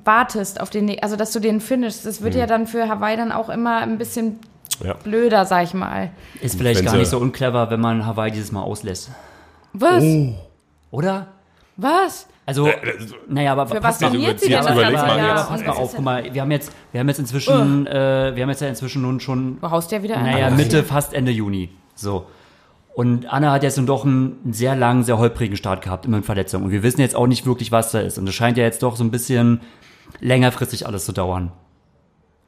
Speaker 4: wartest, auf den, ne- also dass du den finishst, das wird ja
Speaker 2: Mhm.
Speaker 4: dann für Hawaii dann auch immer ein bisschen
Speaker 3: Ja.
Speaker 4: blöder, sag ich mal.
Speaker 2: ist vielleicht
Speaker 3: wenn
Speaker 2: gar
Speaker 3: sie-
Speaker 2: nicht so unclever, wenn man Hawaii dieses Mal auslässt.
Speaker 4: Was?
Speaker 2: Oh. Oder?
Speaker 4: Was?
Speaker 2: Also, naja, aber
Speaker 4: Für was
Speaker 2: pass mal-
Speaker 4: trainiert sie
Speaker 3: Äh, Ja,
Speaker 4: denn?
Speaker 3: aber
Speaker 4: das
Speaker 3: überleg
Speaker 4: ganze
Speaker 3: mal
Speaker 4: Jahr?
Speaker 3: jetzt.
Speaker 2: pass mal
Speaker 4: Das ist
Speaker 2: auf,
Speaker 4: ja-
Speaker 2: guck mal, wir haben jetzt, wir haben jetzt inzwischen, äh, wir haben jetzt ja inzwischen nun schon,
Speaker 4: Du haust ja wieder
Speaker 2: naja,
Speaker 4: an.
Speaker 2: Mitte, fast Ende Juni. So. Und Anna hat jetzt nun doch einen sehr langen, sehr holprigen Start gehabt, immer in Verletzung. Und wir wissen jetzt auch nicht wirklich, was da ist. Und es scheint ja jetzt doch so ein bisschen längerfristig alles zu dauern.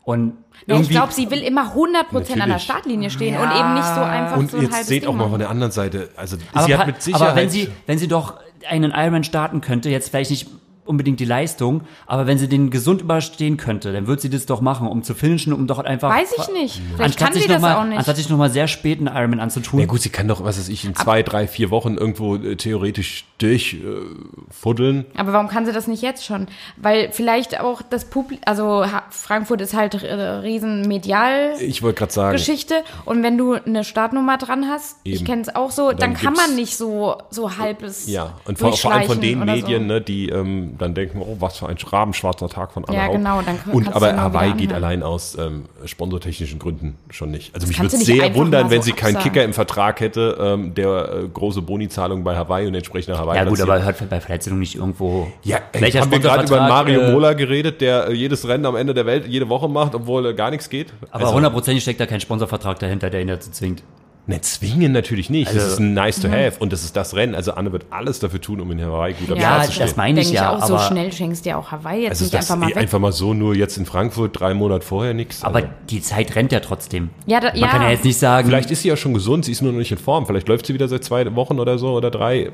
Speaker 2: Und
Speaker 4: Ja,
Speaker 2: irgendwie,
Speaker 4: ich glaube, sie will immer 100% an der
Speaker 3: Natürlich.
Speaker 4: Startlinie stehen und eben nicht so einfach
Speaker 3: Und
Speaker 4: so ein
Speaker 3: jetzt
Speaker 4: halbes
Speaker 3: seht
Speaker 4: Ding
Speaker 3: auch mal
Speaker 4: machen.
Speaker 3: von der anderen Seite, also
Speaker 2: aber,
Speaker 3: sie
Speaker 2: pa-
Speaker 3: hat mit Sicherheit.
Speaker 2: aber wenn sie, wenn sie doch einen Ironman starten könnte, jetzt vielleicht nicht unbedingt die Leistung, aber wenn sie den gesund überstehen könnte, dann würde sie das doch machen, um zu finishen, um doch einfach.
Speaker 4: Weiß ich nicht. Vielleicht
Speaker 2: Anstatt
Speaker 4: kann
Speaker 2: sich
Speaker 4: sie
Speaker 2: noch
Speaker 4: das
Speaker 2: mal,
Speaker 4: auch nicht.
Speaker 2: Anstatt sich nochmal sehr spät einen Ironman anzutun.
Speaker 3: ja gut, sie kann doch, was weiß ich, in zwei, drei, vier Wochen irgendwo äh, theoretisch durchfuddeln. Äh, fuddeln.
Speaker 4: Aber warum kann sie das nicht jetzt schon? Weil vielleicht auch das Publikum, also Ha- Frankfurt ist halt äh, riesen medial.
Speaker 3: ich wollte gerade sagen,
Speaker 4: Geschichte und wenn du eine Startnummer dran hast, ich
Speaker 3: Eben.
Speaker 4: kenne es auch so, dann,
Speaker 3: Dann
Speaker 4: kann man
Speaker 3: gibt's-
Speaker 4: nicht so so halbes
Speaker 3: Ja, und vor, vor allem von den
Speaker 4: durchschleichen oder
Speaker 3: Medien,
Speaker 4: so.
Speaker 3: ne, die ähm, dann denken, oh, was für ein rabenschwarzer Tag von Anna
Speaker 4: Ja,
Speaker 3: Haug.
Speaker 4: genau, dann kann-
Speaker 3: Und
Speaker 4: kannst
Speaker 3: aber
Speaker 4: du genau
Speaker 3: Hawaii
Speaker 4: wieder
Speaker 3: geht
Speaker 4: anhören.
Speaker 3: allein aus ähm, sponsortechnischen Gründen schon nicht. Also mich
Speaker 4: kannst
Speaker 3: würde
Speaker 4: du nicht
Speaker 3: sehr
Speaker 4: einfach mal
Speaker 3: wundern, wenn
Speaker 4: so
Speaker 3: sie keinen
Speaker 4: absagen.
Speaker 3: Kicker im Vertrag hätte, ähm, der äh, große Bonizahlung bei Hawaii und entsprechend nach rein.
Speaker 2: Ja gut,
Speaker 3: platziert.
Speaker 2: aber hört bei Verletzungen nicht irgendwo.
Speaker 3: Ja, ey, haben wir gerade über Mario
Speaker 2: äh,
Speaker 3: Mola geredet, der äh, jedes Rennen am Ende der Welt jede Woche macht, obwohl äh, gar nichts geht.
Speaker 2: Aber hundertprozentig steckt da kein Sponsorvertrag dahinter, der ihn dazu zwingt.
Speaker 3: Ne, zwingen natürlich nicht. das
Speaker 2: Also-
Speaker 3: ist ein nice
Speaker 4: Mhm.
Speaker 3: to have und das ist das Rennen. Also Anne wird alles dafür tun, um in Hawaii gut am
Speaker 4: Ja,
Speaker 3: Start
Speaker 2: Ja,
Speaker 3: zu
Speaker 2: das
Speaker 3: stehen.
Speaker 2: meine ich
Speaker 4: Denke ich
Speaker 2: ja,
Speaker 4: auch so
Speaker 2: aber,
Speaker 4: schnell schenkst dir auch Hawaii jetzt
Speaker 3: Also
Speaker 4: nicht
Speaker 3: das
Speaker 4: einfach mal
Speaker 3: eh
Speaker 4: weg.
Speaker 3: einfach mal so nur jetzt in Frankfurt drei Monate vorher nichts.
Speaker 2: aber
Speaker 3: also.
Speaker 2: die Zeit rennt ja trotzdem.
Speaker 4: Ja, da-
Speaker 2: Man
Speaker 4: ja.
Speaker 2: kann ja jetzt nicht sagen,
Speaker 3: Vielleicht ist sie ja schon gesund, sie ist nur noch nicht in Form. Vielleicht läuft sie wieder seit zwei Wochen oder so oder drei.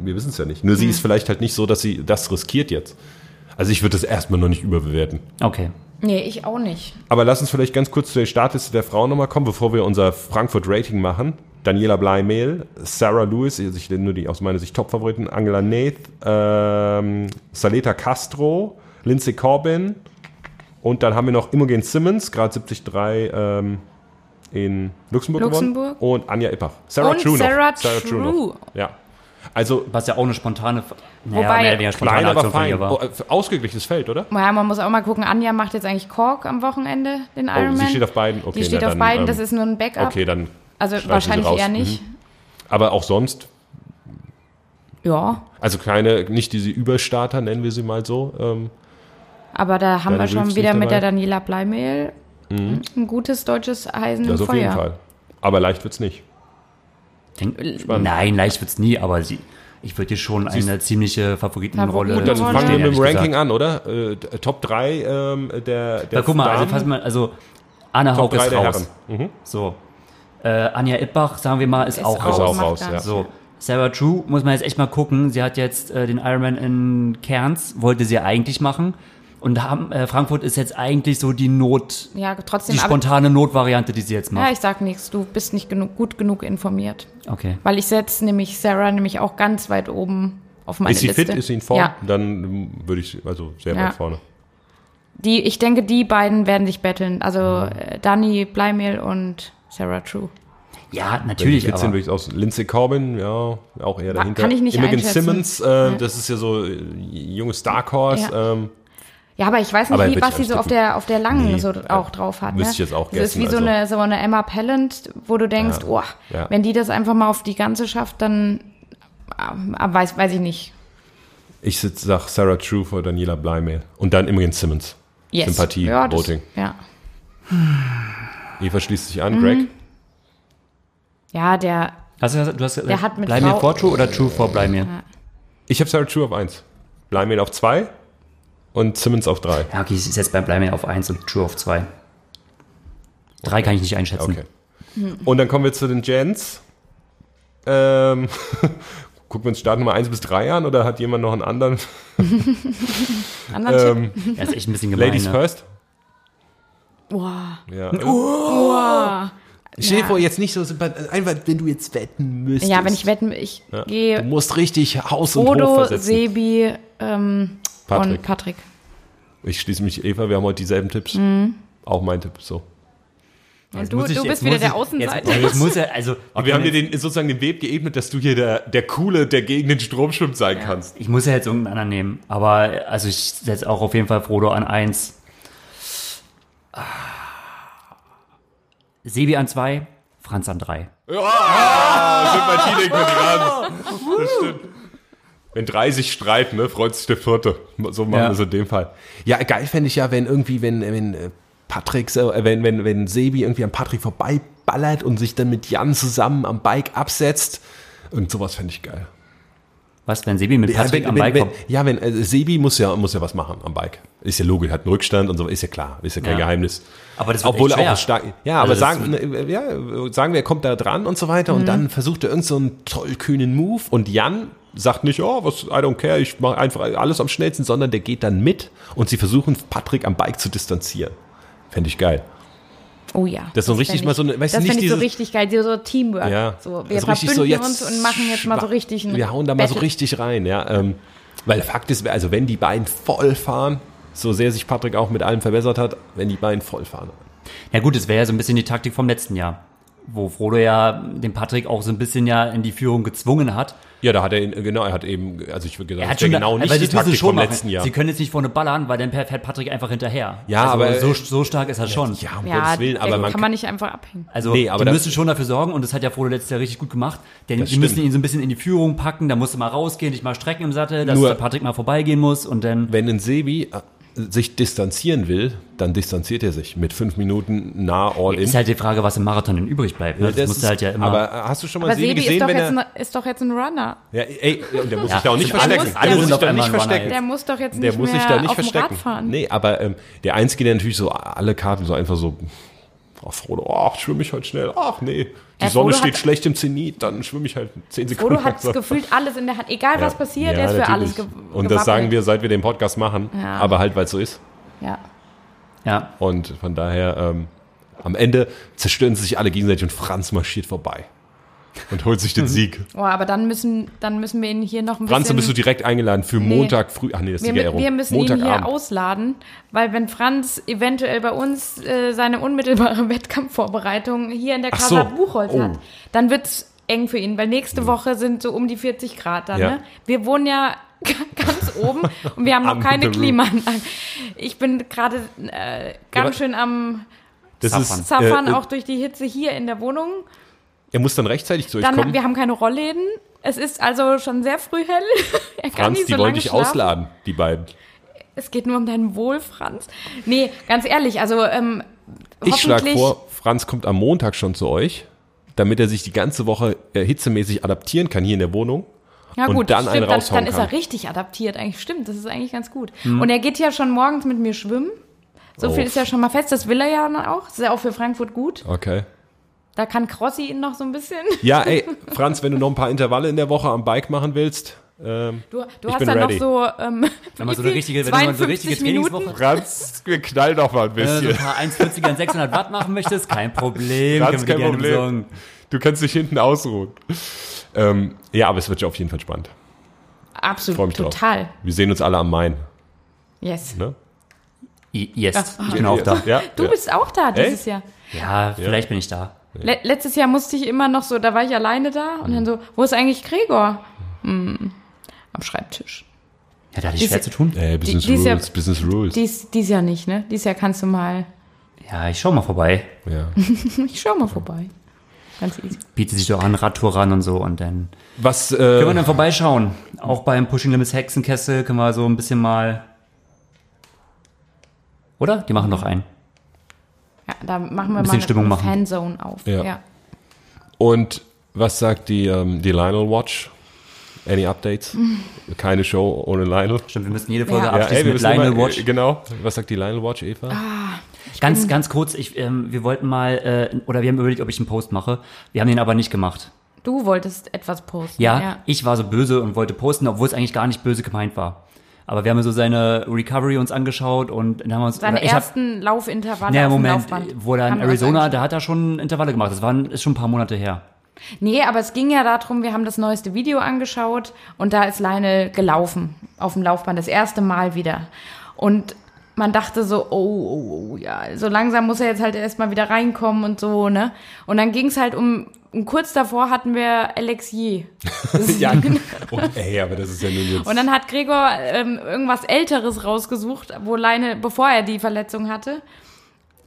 Speaker 3: Wir wissen es ja nicht. Nur
Speaker 4: Mhm.
Speaker 3: sie ist vielleicht halt nicht so, dass sie das riskiert jetzt. Also ich würde das erstmal noch nicht überbewerten.
Speaker 2: okay.
Speaker 4: nee, ich auch nicht.
Speaker 3: Aber lass uns vielleicht ganz kurz zu der Startliste der Frauen nochmal kommen, bevor wir unser Frankfurt-Rating machen. Daniela Bleimehl, Sarah Lewis, also ich nenne nur die aus meiner Sicht Top-Favoriten, Angela Nath, ähm, Saleta Castro, Lindsay Corbin und dann haben wir noch Imogen Simmons, gerade 73 ähm, in Luxemburg,
Speaker 4: Luxemburg.
Speaker 3: gewonnen und Anja Ippach. Sarah
Speaker 4: Und
Speaker 3: True noch.
Speaker 4: Sarah
Speaker 3: True.
Speaker 4: True.
Speaker 3: noch. Ja. Also
Speaker 2: Was ja auch eine spontane, naja,
Speaker 4: Wobei-
Speaker 2: mehr oder weniger spontane
Speaker 3: klein, aber
Speaker 2: Aktion von
Speaker 3: fein.
Speaker 2: ihr war.
Speaker 3: Oh, äh, Ausgeglichenes Feld, oder?
Speaker 4: Ja, man muss auch mal gucken, Anja macht jetzt eigentlich Kork am Wochenende, den
Speaker 3: Oh, sie
Speaker 4: Ironman.
Speaker 3: steht auf beiden? Okay,
Speaker 4: die steht
Speaker 3: na
Speaker 4: auf
Speaker 3: dann,
Speaker 4: beiden,
Speaker 3: ähm,
Speaker 4: das ist nur ein Backup.
Speaker 3: Okay, dann.
Speaker 4: also
Speaker 3: schneiden wir sie
Speaker 4: wahrscheinlich
Speaker 3: raus.
Speaker 4: eher nicht.
Speaker 3: Aber auch sonst
Speaker 4: Ja,
Speaker 3: Also keine, nicht diese Überstarter, nennen wir sie mal so. Ähm,
Speaker 4: aber da
Speaker 3: Deine
Speaker 4: haben wir schon
Speaker 3: Wüst
Speaker 4: wieder
Speaker 3: nicht
Speaker 4: mit
Speaker 3: dabei?
Speaker 4: der Daniela Bleimehl ein gutes deutsches Eisen
Speaker 3: das
Speaker 4: im
Speaker 3: auf
Speaker 4: Feuer.
Speaker 3: jeden Fall. Aber leicht wird's nicht.
Speaker 2: Denk, nein, leicht wird's nie, aber sie, ich würde dir schon eine ziemliche Favoritenrolle
Speaker 4: Gut,
Speaker 3: Dann
Speaker 4: Rolle.
Speaker 3: Also fangen wir mit dem
Speaker 2: ehrlich
Speaker 3: Ranking
Speaker 2: gesagt.
Speaker 3: an, oder? Äh, t- Top 3 ähm, der, der
Speaker 2: Na, guck mal, also,
Speaker 3: Damen,
Speaker 2: fass mal, also Anna Haug
Speaker 3: drei
Speaker 2: ist
Speaker 3: der
Speaker 2: raus. So. Äh, Anja Ippbach, sagen wir mal, ist, auch
Speaker 3: raus.
Speaker 2: raus.
Speaker 3: Ist auch
Speaker 4: macht
Speaker 3: raus,
Speaker 4: gar
Speaker 3: ja.
Speaker 4: nichts.
Speaker 2: So. Sarah True muss man jetzt echt mal gucken. Sie hat jetzt äh, den Ironman in Cairns, wollte sie ja eigentlich machen. Und haben, äh, Frankfurt ist jetzt eigentlich so die Not,
Speaker 4: Ja, trotzdem.
Speaker 2: die
Speaker 4: aber,
Speaker 2: spontane Notvariante, die sie jetzt
Speaker 4: ja,
Speaker 2: macht.
Speaker 4: ich sag nichts, du bist nicht genug, gut genug informiert.
Speaker 2: Okay.
Speaker 4: Weil ich setze nämlich Sarah nämlich auch ganz weit oben auf meine
Speaker 3: Ist sie
Speaker 4: Liste.
Speaker 3: fit? Ist sie in Form?
Speaker 4: Ja,
Speaker 3: Dann ähm, würde ich, also sehr
Speaker 4: Ja.
Speaker 3: weit vorne.
Speaker 4: die, ich denke, die beiden werden sich betteln. Also
Speaker 3: Mhm.
Speaker 4: äh, Dani Bleimehl und Sarah True.
Speaker 2: Ja,
Speaker 3: Wenn die
Speaker 2: natürlich.
Speaker 3: fit sind,
Speaker 2: Aber.
Speaker 3: würde ich aus. Lindsay Corbin, ja, auch eher dahinter.
Speaker 4: kann ich nicht
Speaker 3: Imogen
Speaker 4: einschätzen.
Speaker 3: Simmons, äh, das ist ja so äh, junges Dark Horse.
Speaker 4: Ja.
Speaker 3: Ähm,
Speaker 4: Ja, aber ich weiß nicht,
Speaker 3: Aber
Speaker 4: wie,
Speaker 3: würde ich
Speaker 4: was sie
Speaker 3: auch
Speaker 4: so auf
Speaker 3: tippen.
Speaker 4: der, auf der langen
Speaker 3: Nee,
Speaker 4: so
Speaker 3: äh,
Speaker 4: auch drauf hat.
Speaker 3: müsste
Speaker 4: ne?
Speaker 3: ich jetzt auch
Speaker 4: Das ist
Speaker 3: guessen,
Speaker 4: wie so,
Speaker 3: also.
Speaker 4: eine, so eine Emma Pellant, wo du denkst,
Speaker 3: Ja,
Speaker 4: oh,
Speaker 3: ja.
Speaker 4: wenn die das einfach mal auf die ganze schafft, dann ähm, weiß, weiß ich nicht.
Speaker 3: ich sitz- sag Sarah True vor Daniela Bleimehl. Und dann Imogen Simmons.
Speaker 4: Yes.
Speaker 3: Sympathie,
Speaker 4: ja, das,
Speaker 3: Voting.
Speaker 4: Ja.
Speaker 3: Eva schließt sich
Speaker 4: Mhm.
Speaker 3: an, Greg.
Speaker 4: ja, der,
Speaker 2: Hast du, du hast gesagt,
Speaker 4: Der hat mit
Speaker 2: bleib mir
Speaker 4: Frau-
Speaker 2: vor True oder True vor bleib mir?
Speaker 3: Ich habe Sarah True auf 1. Bleimehl auf 2 und Simmons auf 3.
Speaker 2: Ja, okay, ich setze bei bleib mir auf 1 und True auf 2. 3 kann ich nicht einschätzen.
Speaker 3: Okay. Und dann kommen wir zu den Gents. Ähm, (laughs) gucken wir uns Startnummer 1 bis 3 an oder hat jemand noch einen anderen? Ähm,
Speaker 4: anderen Tipp.
Speaker 2: Ja, ist echt ein bisschen gemein.
Speaker 3: Ladies
Speaker 2: ne?
Speaker 3: first?
Speaker 4: Boah.
Speaker 3: Ja.
Speaker 4: Boah.
Speaker 3: Ich stehe
Speaker 4: Ja.
Speaker 3: vor, jetzt nicht so, einfach wenn du jetzt wetten müsstest.
Speaker 4: Ja, wenn ich wetten, ich
Speaker 3: Ja. Du
Speaker 4: gehe
Speaker 3: musst richtig Haus und Hof
Speaker 4: Odo,
Speaker 3: versetzen.
Speaker 4: Sebi ähm,
Speaker 3: Patrick.
Speaker 4: und Patrick.
Speaker 3: Ich schließe mich Eva, wir haben heute dieselben Tipps.
Speaker 4: Mhm.
Speaker 3: Auch mein Tipp, so.
Speaker 4: Und
Speaker 2: Muss
Speaker 4: du,
Speaker 2: ich- jetzt
Speaker 4: du bist wieder
Speaker 2: muss
Speaker 4: der
Speaker 2: ich-
Speaker 4: Außenseiter.
Speaker 2: Jetzt, jetzt muss er, also,
Speaker 3: Aber wir haben dir
Speaker 2: können
Speaker 3: den, sozusagen den Weg geebnet, dass du hier der, der Coole, der gegen den Strom schwimmt sein kannst.
Speaker 2: jetzt- Ich muss ja jetzt irgendeinen anderen nehmen. Aber also ich setze auch auf jeden Fall Frodo an 1. Sebi an 2, Franz an 3.
Speaker 3: Sympathie kommt ran. Das stimmt. Wenn drei sich streiten, ne, freut sich der Vierte. So machen
Speaker 2: Ja.
Speaker 3: wir es in dem Fall. Ja, geil fände ich ja, wenn irgendwie, wenn, wenn äh, Patrick, so- äh, wenn, wenn, wenn Sebi irgendwie an Patrick vorbeiballert und sich dann mit Jan zusammen am Bike absetzt. Und sowas fände ich geil.
Speaker 2: Was, wenn Sebi mit Patrick
Speaker 3: ja,
Speaker 2: am
Speaker 3: wenn,
Speaker 2: Bike
Speaker 3: wenn,
Speaker 2: kommt?
Speaker 3: ja, wenn äh, Sebi muss ja, muss ja was machen am Bike. Ist ja logisch, hat einen Rückstand und so, ist ja klar, ist ja kein
Speaker 2: Ja.
Speaker 3: Geheimnis.
Speaker 2: Aber das wird
Speaker 3: Obwohl
Speaker 2: echt
Speaker 3: er
Speaker 2: schwer.
Speaker 3: auch stark. Ja,
Speaker 2: Also
Speaker 3: aber
Speaker 2: das
Speaker 3: sagen, äh, ja, sagen wir, er kommt da dran und so weiter und dann versucht er irgendeinen so einen tollkühnen Move und Jan sagt nicht, oh, was, I don't care, ich mache einfach alles am schnellsten, sondern der geht dann mit und sie versuchen, Patrick am Bike zu distanzieren. Fände ich geil.
Speaker 4: Oh ja.
Speaker 3: Das ist so
Speaker 4: fänd
Speaker 3: richtig
Speaker 4: ich-
Speaker 3: mal so eine- weißt du,
Speaker 4: das
Speaker 3: nicht
Speaker 4: fänd ich so
Speaker 3: dieses-
Speaker 4: richtig geil, so so Teamwork.
Speaker 3: Ja.
Speaker 4: So, wir
Speaker 3: Also
Speaker 4: verbünden
Speaker 3: jetzt
Speaker 4: uns und machen jetzt mal so richtig einen
Speaker 3: Wir hauen da mal so
Speaker 4: Battle.
Speaker 3: richtig rein, ja. Ähm, weil Fakt ist, also wenn die beiden voll fahren, so sehr sich Patrick auch mit allem verbessert hat, wenn die beiden voll fahren.
Speaker 2: Na gut, es wäre ja so ein bisschen die Taktik vom letzten Jahr, wo Frodo ja den Patrick auch so ein bisschen ja in die Führung gezwungen hat.
Speaker 3: Ja, da hat er, genau, er hat eben, also ich würde
Speaker 2: Er
Speaker 3: gesagt,
Speaker 2: hat
Speaker 3: das
Speaker 2: schon
Speaker 3: wäre genau
Speaker 2: aber
Speaker 3: nicht
Speaker 2: das
Speaker 3: die
Speaker 2: müssen sie
Speaker 3: Taktik
Speaker 2: schon
Speaker 3: vom
Speaker 2: machen.
Speaker 3: letzten Jahr.
Speaker 2: Sie können jetzt nicht vorne ballern, weil dann fährt Patrick einfach hinterher.
Speaker 3: Ja,
Speaker 2: also
Speaker 3: aber-
Speaker 2: so, so stark ist er schon.
Speaker 3: ja, um
Speaker 4: Ja,
Speaker 3: Gottes Willen,
Speaker 4: der
Speaker 3: aber man
Speaker 4: kann man nicht einfach abhängen.
Speaker 2: Also
Speaker 3: Nee,
Speaker 2: die
Speaker 3: aber das-
Speaker 2: müssen schon dafür sorgen und das hat ja Frodo letztes Jahr richtig gut gemacht. Denn
Speaker 3: Das
Speaker 2: die müssen
Speaker 3: stimmt.
Speaker 2: ihn so ein bisschen in die Führung packen, da musst du mal rausgehen, dich mal strecken im Sattel, dass
Speaker 3: Nur-
Speaker 2: der Patrick mal vorbeigehen muss und dann.
Speaker 3: wenn ein Sebi äh, sich distanzieren will, dann distanziert er sich mit fünf Minuten nah all in.
Speaker 2: Ist halt die Frage, was im Marathon denn übrig bleibt. Ne? Das, musst du
Speaker 3: ist-
Speaker 2: halt ja immer.
Speaker 3: Aber äh, hast du schon mal
Speaker 4: Aber
Speaker 3: Sebi
Speaker 4: Sebi
Speaker 3: gesehen,
Speaker 4: ist doch,
Speaker 3: wenn
Speaker 4: jetzt
Speaker 3: er.
Speaker 4: ein, ist doch jetzt ein Also, Runner.
Speaker 3: Ja, ey, und der muss
Speaker 2: Ja,
Speaker 3: sich da auch nicht
Speaker 2: stimmt.
Speaker 3: verstecken.
Speaker 4: Der muss- der
Speaker 3: muss
Speaker 4: muss
Speaker 3: sich
Speaker 2: auf
Speaker 3: da nicht
Speaker 2: einmal runter
Speaker 3: verstecken.
Speaker 2: jetzt.
Speaker 4: Der muss doch jetzt
Speaker 3: Der
Speaker 4: nicht
Speaker 3: muss
Speaker 4: mehr
Speaker 3: sich da nicht
Speaker 4: auf dem
Speaker 3: verstecken.
Speaker 4: Rad fahren.
Speaker 3: Nee, aber ähm, der Einzige, der natürlich so alle Karten so einfach so. Ach, Frodo, ach, schwimme ich halt schnell. Ach, nee. Die
Speaker 4: Ja,
Speaker 3: Sonne
Speaker 4: Äh, Frodo
Speaker 3: steht
Speaker 4: hat-
Speaker 3: schlecht im Zenit, dann schwimme ich halt zehn Sekunden. (laughs)
Speaker 4: Frodo hat gefühlt alles in der Hand. Egal, was passiert, er ist für alles ge
Speaker 3: Und das sagen wir, seit wir den Podcast machen.
Speaker 4: Ja.
Speaker 3: Aber halt, weil es so ist.
Speaker 4: Ja.
Speaker 2: ja.
Speaker 3: Und von daher, ähm, am Ende zerstören sie sich alle gegenseitig und Franz marschiert vorbei. Und holt sich den Sieg.
Speaker 4: Oh, aber dann müssen, dann müssen wir ihn hier noch ein
Speaker 3: Franz, dann
Speaker 4: bisschen...
Speaker 3: bist du direkt eingeladen für Montag früh. Ach nee, das ist
Speaker 4: wir,
Speaker 3: die
Speaker 4: mü-
Speaker 3: Geehrung.
Speaker 4: wir müssen ihn hier
Speaker 3: Montagabend.
Speaker 4: ausladen, weil wenn Franz eventuell bei uns äh, seine unmittelbare (laughs) Wettkampfvorbereitung hier in der
Speaker 3: Ach
Speaker 4: Casa
Speaker 3: so.
Speaker 4: Buchholz
Speaker 3: Oh. Hm.
Speaker 4: hat, dann wird's eng für ihn, weil nächste Woche sind so um die 40 Grad dann.
Speaker 3: Ja.
Speaker 4: Ne? Wir wohnen ja (laughs) g- ganz oben und wir haben noch
Speaker 3: Am
Speaker 4: keine
Speaker 3: Roof.
Speaker 4: Klimaanlage. Ich bin gerade äh,
Speaker 3: aber-
Speaker 4: ganz schön am
Speaker 3: Das
Speaker 2: Zaffern.
Speaker 3: ist,
Speaker 4: Zaffern,
Speaker 3: äh, äh,
Speaker 4: auch durch die Hitze hier in der Wohnung.
Speaker 3: Er muss dann rechtzeitig
Speaker 4: Dann,
Speaker 3: durchkommen.
Speaker 4: wir haben keine Rollläden. Es ist also schon sehr früh hell. (laughs) Er kann
Speaker 3: Franz,
Speaker 4: nicht
Speaker 3: die
Speaker 4: so
Speaker 3: wollen
Speaker 4: lange
Speaker 3: dich
Speaker 4: schlafen.
Speaker 3: ausladen, die beiden.
Speaker 4: Es geht nur um dein Wohl, Franz. Nee, ganz ehrlich, also ähm,
Speaker 3: Ich schlage
Speaker 4: hoffentlich-
Speaker 3: vor, Franz kommt am Montag schon zu euch, damit er sich die ganze Woche äh, hitzemäßig adaptieren kann hier in der Wohnung.
Speaker 4: Ja
Speaker 3: und
Speaker 4: gut,
Speaker 3: dann
Speaker 4: stimmt,
Speaker 3: einen
Speaker 4: dann,
Speaker 3: raushauen
Speaker 4: dann ist er
Speaker 3: kann. Hm.
Speaker 4: richtig adaptiert. Eigentlich stimmt, das ist eigentlich ganz gut. Und er geht ja schon morgens mit mir schwimmen. So
Speaker 3: Oh.
Speaker 4: viel ist ja schon mal fest, das will er ja dann auch. Das ist ja auch für Frankfurt gut.
Speaker 3: Okay.
Speaker 4: Da kann Crossi ihn noch so ein bisschen.
Speaker 3: Ja, ey, Franz, wenn du noch ein paar Intervalle in der Woche am Bike machen willst. Ähm,
Speaker 4: Du, du
Speaker 3: Ich
Speaker 4: hast
Speaker 3: bin
Speaker 4: dann
Speaker 3: ready.
Speaker 4: noch so, ähm,
Speaker 2: (laughs) Wenn man so
Speaker 4: wie
Speaker 2: eine
Speaker 4: viel?
Speaker 2: richtige, wenn man so eine richtige
Speaker 4: 52 Minuten.
Speaker 2: Trainingswoche
Speaker 3: Franz, wir knallen doch mal ein
Speaker 2: äh, so ein paar 1,40er und 600 Watt machen möchtest, kein
Speaker 3: (laughs)
Speaker 2: Problem.
Speaker 3: Ganz
Speaker 2: können wir dir
Speaker 3: kein
Speaker 2: gerne
Speaker 3: Problem.
Speaker 2: besorgen.
Speaker 3: Du kannst dich hinten ausruhen. Ähm, ja, aber es wird ja auf jeden Fall spannend. Freue
Speaker 4: Absolut,
Speaker 3: mich
Speaker 4: total.
Speaker 3: drauf. Wir sehen uns alle am Main.
Speaker 4: Yes.
Speaker 3: Ne?
Speaker 2: I- Yes,
Speaker 4: Ah.
Speaker 2: ich bin auch da.
Speaker 3: Ja,
Speaker 4: Du
Speaker 3: ja.
Speaker 4: bist auch da dieses
Speaker 3: Echt?
Speaker 4: Jahr.
Speaker 2: Ja, vielleicht bin ich da.
Speaker 4: Le letztes Jahr musste ich immer noch so, da war ich alleine da und
Speaker 2: Mhm.
Speaker 4: dann so, wo ist eigentlich Gregor? Hm, am Schreibtisch.
Speaker 2: Ja, da hatte ich
Speaker 4: Ist-
Speaker 2: schwer zu tun.
Speaker 3: Ey, Äh, Business
Speaker 4: die ist ja-
Speaker 3: Rules, Business Rules.
Speaker 4: Dies, dies Jahr nicht, ne? Dies Jahr kannst du mal.
Speaker 2: Ja, ich schau mal vorbei.
Speaker 3: (laughs) ja.
Speaker 4: Ich schau mal vorbei. Ganz easy.
Speaker 2: Bietet sich doch an, Radtour ran und so und dann
Speaker 3: Was,
Speaker 2: Können wir
Speaker 3: äh,
Speaker 2: dann vorbeischauen? Auch beim Pushing Limits Hexenkessel können wir so ein bisschen mal. Oder? Die machen noch einen.
Speaker 4: Ja, da machen wir
Speaker 2: bisschen
Speaker 4: mal eine
Speaker 2: Stimmung machen.
Speaker 4: Fanzone auf.
Speaker 3: Ja.
Speaker 4: Ja.
Speaker 3: und was sagt die, ähm, die Lionel Watch?
Speaker 2: (laughs)
Speaker 3: Any Updates? Keine Show ohne Lionel.
Speaker 2: Stimmt, wir müssen jede Folge
Speaker 4: Ja.
Speaker 2: abschließen mit
Speaker 3: müssen
Speaker 2: Lionel
Speaker 3: immer-
Speaker 2: Watch. Ah.
Speaker 3: äh, Genau. Was sagt die Lionel Watch, Eva?
Speaker 2: Ganz, ganz kurz, ich, ähm, wir wollten mal, äh, oder wir haben überlegt, ob ich einen Post mache. Wir haben den aber nicht gemacht.
Speaker 4: Du wolltest etwas posten.
Speaker 2: Ja, ich war so böse und wollte posten, obwohl es eigentlich gar nicht böse gemeint war. Aber wir haben so seine Recovery uns angeschaut und dann haben wir uns.
Speaker 4: Seine
Speaker 2: oder ich hab-
Speaker 4: ersten Laufintervalle
Speaker 2: naja,
Speaker 4: auf dem
Speaker 2: Moment,
Speaker 4: Laufband.
Speaker 2: wo er in
Speaker 4: Haben wir uns
Speaker 2: Arizona,
Speaker 4: angeschaut.
Speaker 2: da hat er schon Intervalle gemacht. Das waren, ist schon ein paar Monate her.
Speaker 4: Nee, aber es ging ja darum, wir haben das neueste Video angeschaut und da ist Lionel gelaufen auf dem Laufband, das erste Mal wieder. Und man dachte so, oh, oh, oh ja, so langsam muss er jetzt halt erstmal wieder reinkommen und so, ne? Und dann ging es halt um, und kurz davor hatten wir Alexier.
Speaker 3: ja. Und, ey, aber das ist ja nun jetzt.
Speaker 4: Und dann hat Gregor ähm, irgendwas Älteres rausgesucht, wo Leine, bevor er die Verletzung hatte.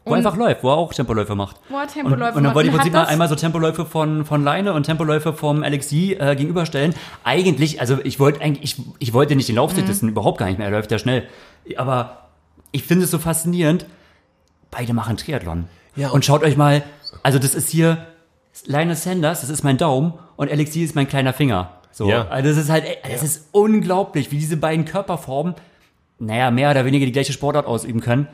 Speaker 2: Wo er einfach läuft, wo er auch Tempoläufe macht.
Speaker 4: Wo er
Speaker 2: Und,
Speaker 4: Tempoläufe
Speaker 2: und dann
Speaker 4: macht.
Speaker 2: wollte ich im
Speaker 4: Und hat
Speaker 2: Prinzip mal
Speaker 4: das-
Speaker 2: einmal so Tempoläufe von, von Leine und Tempoläufe vom Alexi äh, gegenüberstellen. Eigentlich, also ich wollte eigentlich, ich, ich wollte nicht den
Speaker 4: Mhm.
Speaker 2: Laufstil testen, überhaupt gar nicht mehr, er läuft ja schnell. Aber ich finde es so faszinierend, beide machen Triathlon. Ja. Und schaut euch mal, also das ist hier Leine Sanders, das ist mein Daumen und Alexi ist mein kleiner Finger. So,
Speaker 3: Ja.
Speaker 2: also das ist halt, das ist unglaublich, wie diese beiden Körperformen, naja, mehr oder weniger die gleiche Sportart ausüben können.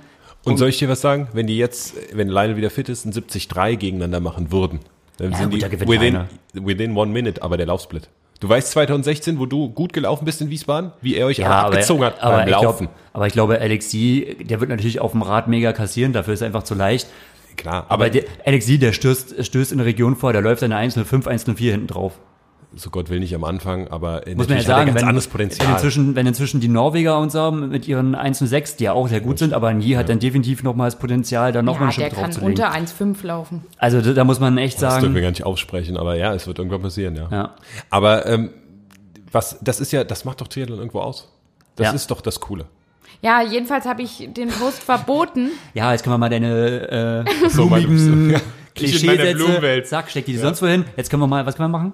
Speaker 3: Und soll ich dir was sagen? Wenn die jetzt, wenn Lionel wieder fit ist, ein 70-3 gegeneinander machen würden, dann
Speaker 2: Ja,
Speaker 3: sind
Speaker 2: gut, da
Speaker 3: die
Speaker 2: gewinnt
Speaker 3: within,
Speaker 2: einer.
Speaker 3: within one minute, aber der Laufsplit. Du weißt 2016, wo du gut gelaufen bist in Wiesbaden, wie er euch aber abgezogen hat
Speaker 2: aber
Speaker 3: beim
Speaker 2: ich
Speaker 3: Laufen.
Speaker 2: Glaub, aber ich glaube, Alexi, der wird natürlich auf dem Rad mega kassieren, dafür ist er einfach zu leicht.
Speaker 3: Klar,
Speaker 2: Aber
Speaker 3: aber
Speaker 2: der, Alexi, der stößt, stößt in eine Region vor, der läuft seine 105, 104 hinten drauf.
Speaker 3: so Gott will nicht am Anfang, aber äh,
Speaker 2: Muss man ja
Speaker 3: natürlich hat er
Speaker 2: sagen,
Speaker 3: ganz
Speaker 2: wenn,
Speaker 3: anderes
Speaker 2: Wenn,
Speaker 3: Potenzial.
Speaker 2: inzwischen, wenn inzwischen die Norweger und so mit ihren 106, die ja auch sehr gut sind, aber nie hat dann definitiv nochmal das Potenzial, da nochmal
Speaker 4: Ja,
Speaker 2: einen
Speaker 4: der
Speaker 2: Schritt drauf
Speaker 4: kann
Speaker 2: zu legen.
Speaker 4: unter 1,5 laufen.
Speaker 2: Also da, da muss man echt
Speaker 3: Das dürfen wir
Speaker 2: sagen,
Speaker 3: gar nicht aussprechen, aber ja, es wird irgendwann passieren, ja.
Speaker 2: Ja.
Speaker 3: Aber ähm, Was, das ist ja, das macht doch Triathlon irgendwo aus. Das
Speaker 2: Ja.
Speaker 3: ist doch
Speaker 2: (laughs)
Speaker 3: das Coole.
Speaker 4: Ja, jedenfalls habe ich den Post verboten.
Speaker 2: Ja, jetzt können wir mal deine äh,
Speaker 3: So,
Speaker 2: (laughs) blumigen
Speaker 3: meine- Ich in meiner
Speaker 2: Klischeesätze,
Speaker 3: Blumenwelt.
Speaker 2: zack, steck die sonst wohin. Jetzt können wir mal, was können wir machen?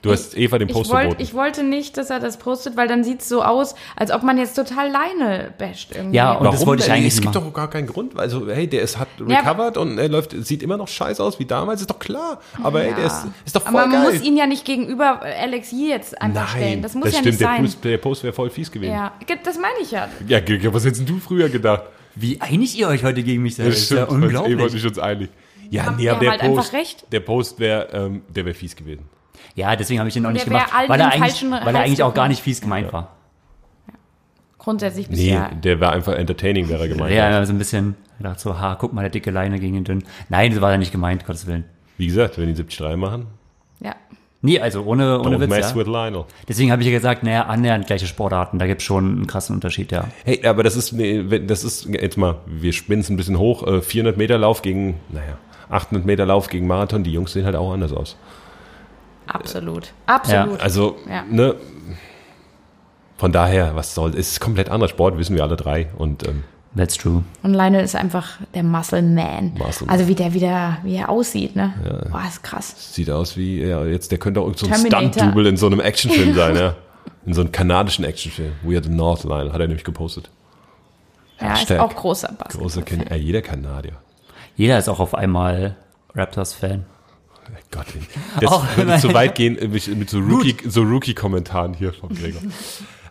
Speaker 3: Du hast Eva den Post
Speaker 4: ich, wollt,
Speaker 3: verboten.
Speaker 4: ich wollte nicht, dass er das postet, weil dann sieht es so aus, als ob man jetzt total Leine basht irgendwie.
Speaker 2: Ja, und- das wollte ich
Speaker 3: denn?
Speaker 2: eigentlich
Speaker 3: Es gibt
Speaker 2: machen.
Speaker 3: doch gar keinen Grund. Also, hey, der ist, hat
Speaker 4: Ja,
Speaker 3: recovered und er läuft, sieht immer noch scheiße aus wie damals, ist doch klar. Aber hey, der ist, ist doch voll
Speaker 4: Aber man
Speaker 3: geil.
Speaker 4: muss ihn ja nicht gegenüber Alex Yee jetzt einfach stellen. Das muss ja
Speaker 3: stimmt,
Speaker 4: nicht
Speaker 3: der
Speaker 4: sein.
Speaker 3: Post, der Post wäre voll fies gewesen. Ja.
Speaker 4: ja, ge- das meine ich ja.
Speaker 3: Gregor, was hättest du früher gedacht?
Speaker 2: Wie einig ihr euch heute gegen mich seid. Das ist ja
Speaker 3: stimmt, uns- Eva und
Speaker 2: unglaublich.
Speaker 3: ich uns einig. Ja,
Speaker 4: Haben-
Speaker 3: nee,
Speaker 4: wir
Speaker 3: aber der,
Speaker 4: haben halt
Speaker 3: Post,
Speaker 4: einfach recht.
Speaker 3: der Post wäre, ähm, der wäre fies gewesen.
Speaker 2: Ja, deswegen habe ich den auch nicht
Speaker 4: der wär
Speaker 2: gemacht,
Speaker 4: allen
Speaker 2: weil er
Speaker 4: den
Speaker 2: eigentlich,
Speaker 4: falschen
Speaker 2: weil er
Speaker 4: Hals
Speaker 2: eigentlich auch gar
Speaker 4: gekommen.
Speaker 2: nicht fies gemeint war.
Speaker 4: Grundsätzlich
Speaker 3: Nee,
Speaker 4: bisher.
Speaker 3: der war einfach entertaining, wäre er gemeint.
Speaker 2: Ja, ja, so ein bisschen gedacht so, ha, guck mal, der dicke Leine gegen den dünnen. Nein, das war ja nicht gemeint, Gottes Willen.
Speaker 3: Wie gesagt, wenn die 73 machen,
Speaker 4: Ja.
Speaker 2: Nee, also ohne, ohne
Speaker 3: don't
Speaker 2: Witz,
Speaker 3: mess
Speaker 2: ja.
Speaker 3: with Lionel.
Speaker 2: Deswegen habe ich ja gesagt, naja, annähernd gleiche Sportarten, da gibt es schon einen krassen Unterschied, ja.
Speaker 3: Hey, aber das ist, nee, wenn- das ist, jetzt mal, wir spinnen es ein bisschen hoch, äh, 400 Meter Lauf gegen, naja, 800 Meter Lauf gegen Marathon, die Jungs sehen halt auch anders aus.
Speaker 4: Absolut. Absolut.
Speaker 3: Also,
Speaker 4: Ja.
Speaker 3: ne, von daher, was soll, es ist komplett anderer Sport, wissen wir alle drei und, ähm,
Speaker 2: That's true.
Speaker 4: Und Lionel ist einfach der Muscle Man.
Speaker 3: Muscle Man.
Speaker 4: also wie der wieder, wie er aussieht, ne? Ja. Boah, ist krass.
Speaker 3: sieht aus wie, ja, jetzt, der könnte auch irgend so ein
Speaker 4: Terminator.
Speaker 3: Stunt-Double in so einem
Speaker 4: (laughs)
Speaker 3: Actionfilm sein, ja. In so einem kanadischen Actionfilm. We are the North Line, hat er nämlich gepostet.
Speaker 4: Ja, ist
Speaker 3: Hashtag.
Speaker 4: auch großer Basketball.
Speaker 3: Großer Ken, äh, jeder Kanadier.
Speaker 2: Jeder ist auch auf einmal Raptors-Fan.
Speaker 3: Mein Gott, ey. das
Speaker 2: Auch
Speaker 3: würde
Speaker 2: wenn-
Speaker 4: (laughs)
Speaker 3: zu weit gehen äh, mit, mit so Rookie- so Rookie-Kommentaren hier vom Gregor.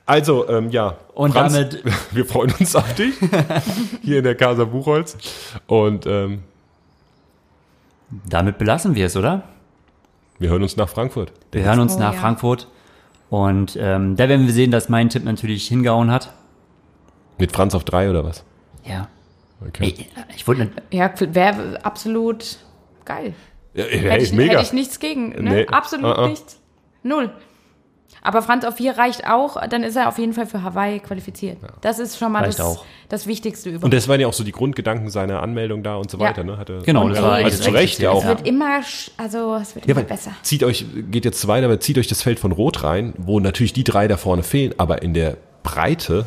Speaker 3: Also, ähm, ja.
Speaker 2: Und damit-
Speaker 3: (laughs) Wir freuen uns auf
Speaker 4: (laughs)
Speaker 3: dich. hier in der Casa Buchholz. Und ähm,
Speaker 2: Damit belassen wir es, oder?
Speaker 3: wir hören uns nach Frankfurt.
Speaker 2: Wir hören uns
Speaker 4: Oh,
Speaker 2: nach
Speaker 4: ja.
Speaker 2: Frankfurt. Und ähm, da werden wir sehen, dass mein Tipp natürlich hingehauen hat.
Speaker 3: Mit Franz auf drei oder was?
Speaker 2: Ja.
Speaker 3: Okay.
Speaker 2: Ich, ich wollte nicht-
Speaker 4: Ja, wäre absolut geil.
Speaker 3: Ja, ey,
Speaker 4: Hätte,
Speaker 3: hey,
Speaker 4: ich,
Speaker 3: mega.
Speaker 4: hätte ich nichts gegen. Ne?
Speaker 3: Nee.
Speaker 4: Absolut
Speaker 3: Ah, ah.
Speaker 4: nichts. Null. Aber Franz auf 4 reicht auch, dann ist er auf jeden Fall für Hawaii qualifiziert. Das ist schon mal
Speaker 2: Reicht
Speaker 4: das,
Speaker 2: auch.
Speaker 4: das Wichtigste über.
Speaker 3: Und das waren ja auch so die Grundgedanken seiner Anmeldung da und so
Speaker 4: Ja.
Speaker 3: weiter. Ne? Hat er-
Speaker 2: Genau,
Speaker 4: das war
Speaker 2: eigentlich
Speaker 3: also zu
Speaker 2: das
Speaker 3: Recht ja auch.
Speaker 2: Richtige,
Speaker 4: wird immer, sch- also es wird
Speaker 3: Ja,
Speaker 4: immer
Speaker 3: weil
Speaker 4: besser.
Speaker 3: Zieht euch, geht jetzt weiter, aber zieht euch das Feld von Rot rein, wo natürlich die drei da vorne fehlen, aber in der Breite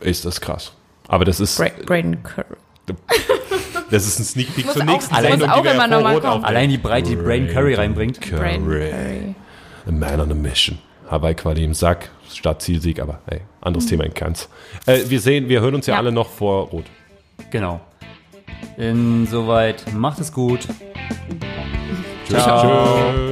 Speaker 3: ist das krass. Aber das ist,
Speaker 4: Bra Braden Curry.
Speaker 3: das ist ein Sneak Peek
Speaker 4: Muss
Speaker 3: zur
Speaker 4: auch-
Speaker 3: nächsten
Speaker 4: muss
Speaker 3: Sendung,
Speaker 4: auch
Speaker 3: die wir
Speaker 4: immer
Speaker 3: ja
Speaker 4: noch
Speaker 3: vor
Speaker 4: mal
Speaker 3: Rot
Speaker 4: kommen.
Speaker 3: aufnehmen.
Speaker 2: Allein die Breite, die Braden Curry reinbringt.
Speaker 4: Braden
Speaker 3: Curry.
Speaker 4: Curry.
Speaker 3: A man on a mission. Hawaii quasi im Sack, statt Zielsieg, aber ey, anderes Thema in Kanz. Äh, wir sehen, wir hören uns ja,
Speaker 4: Mhm. Ja.
Speaker 3: alle noch vor Rot.
Speaker 2: Genau. Insoweit, macht es gut.
Speaker 3: Ciao.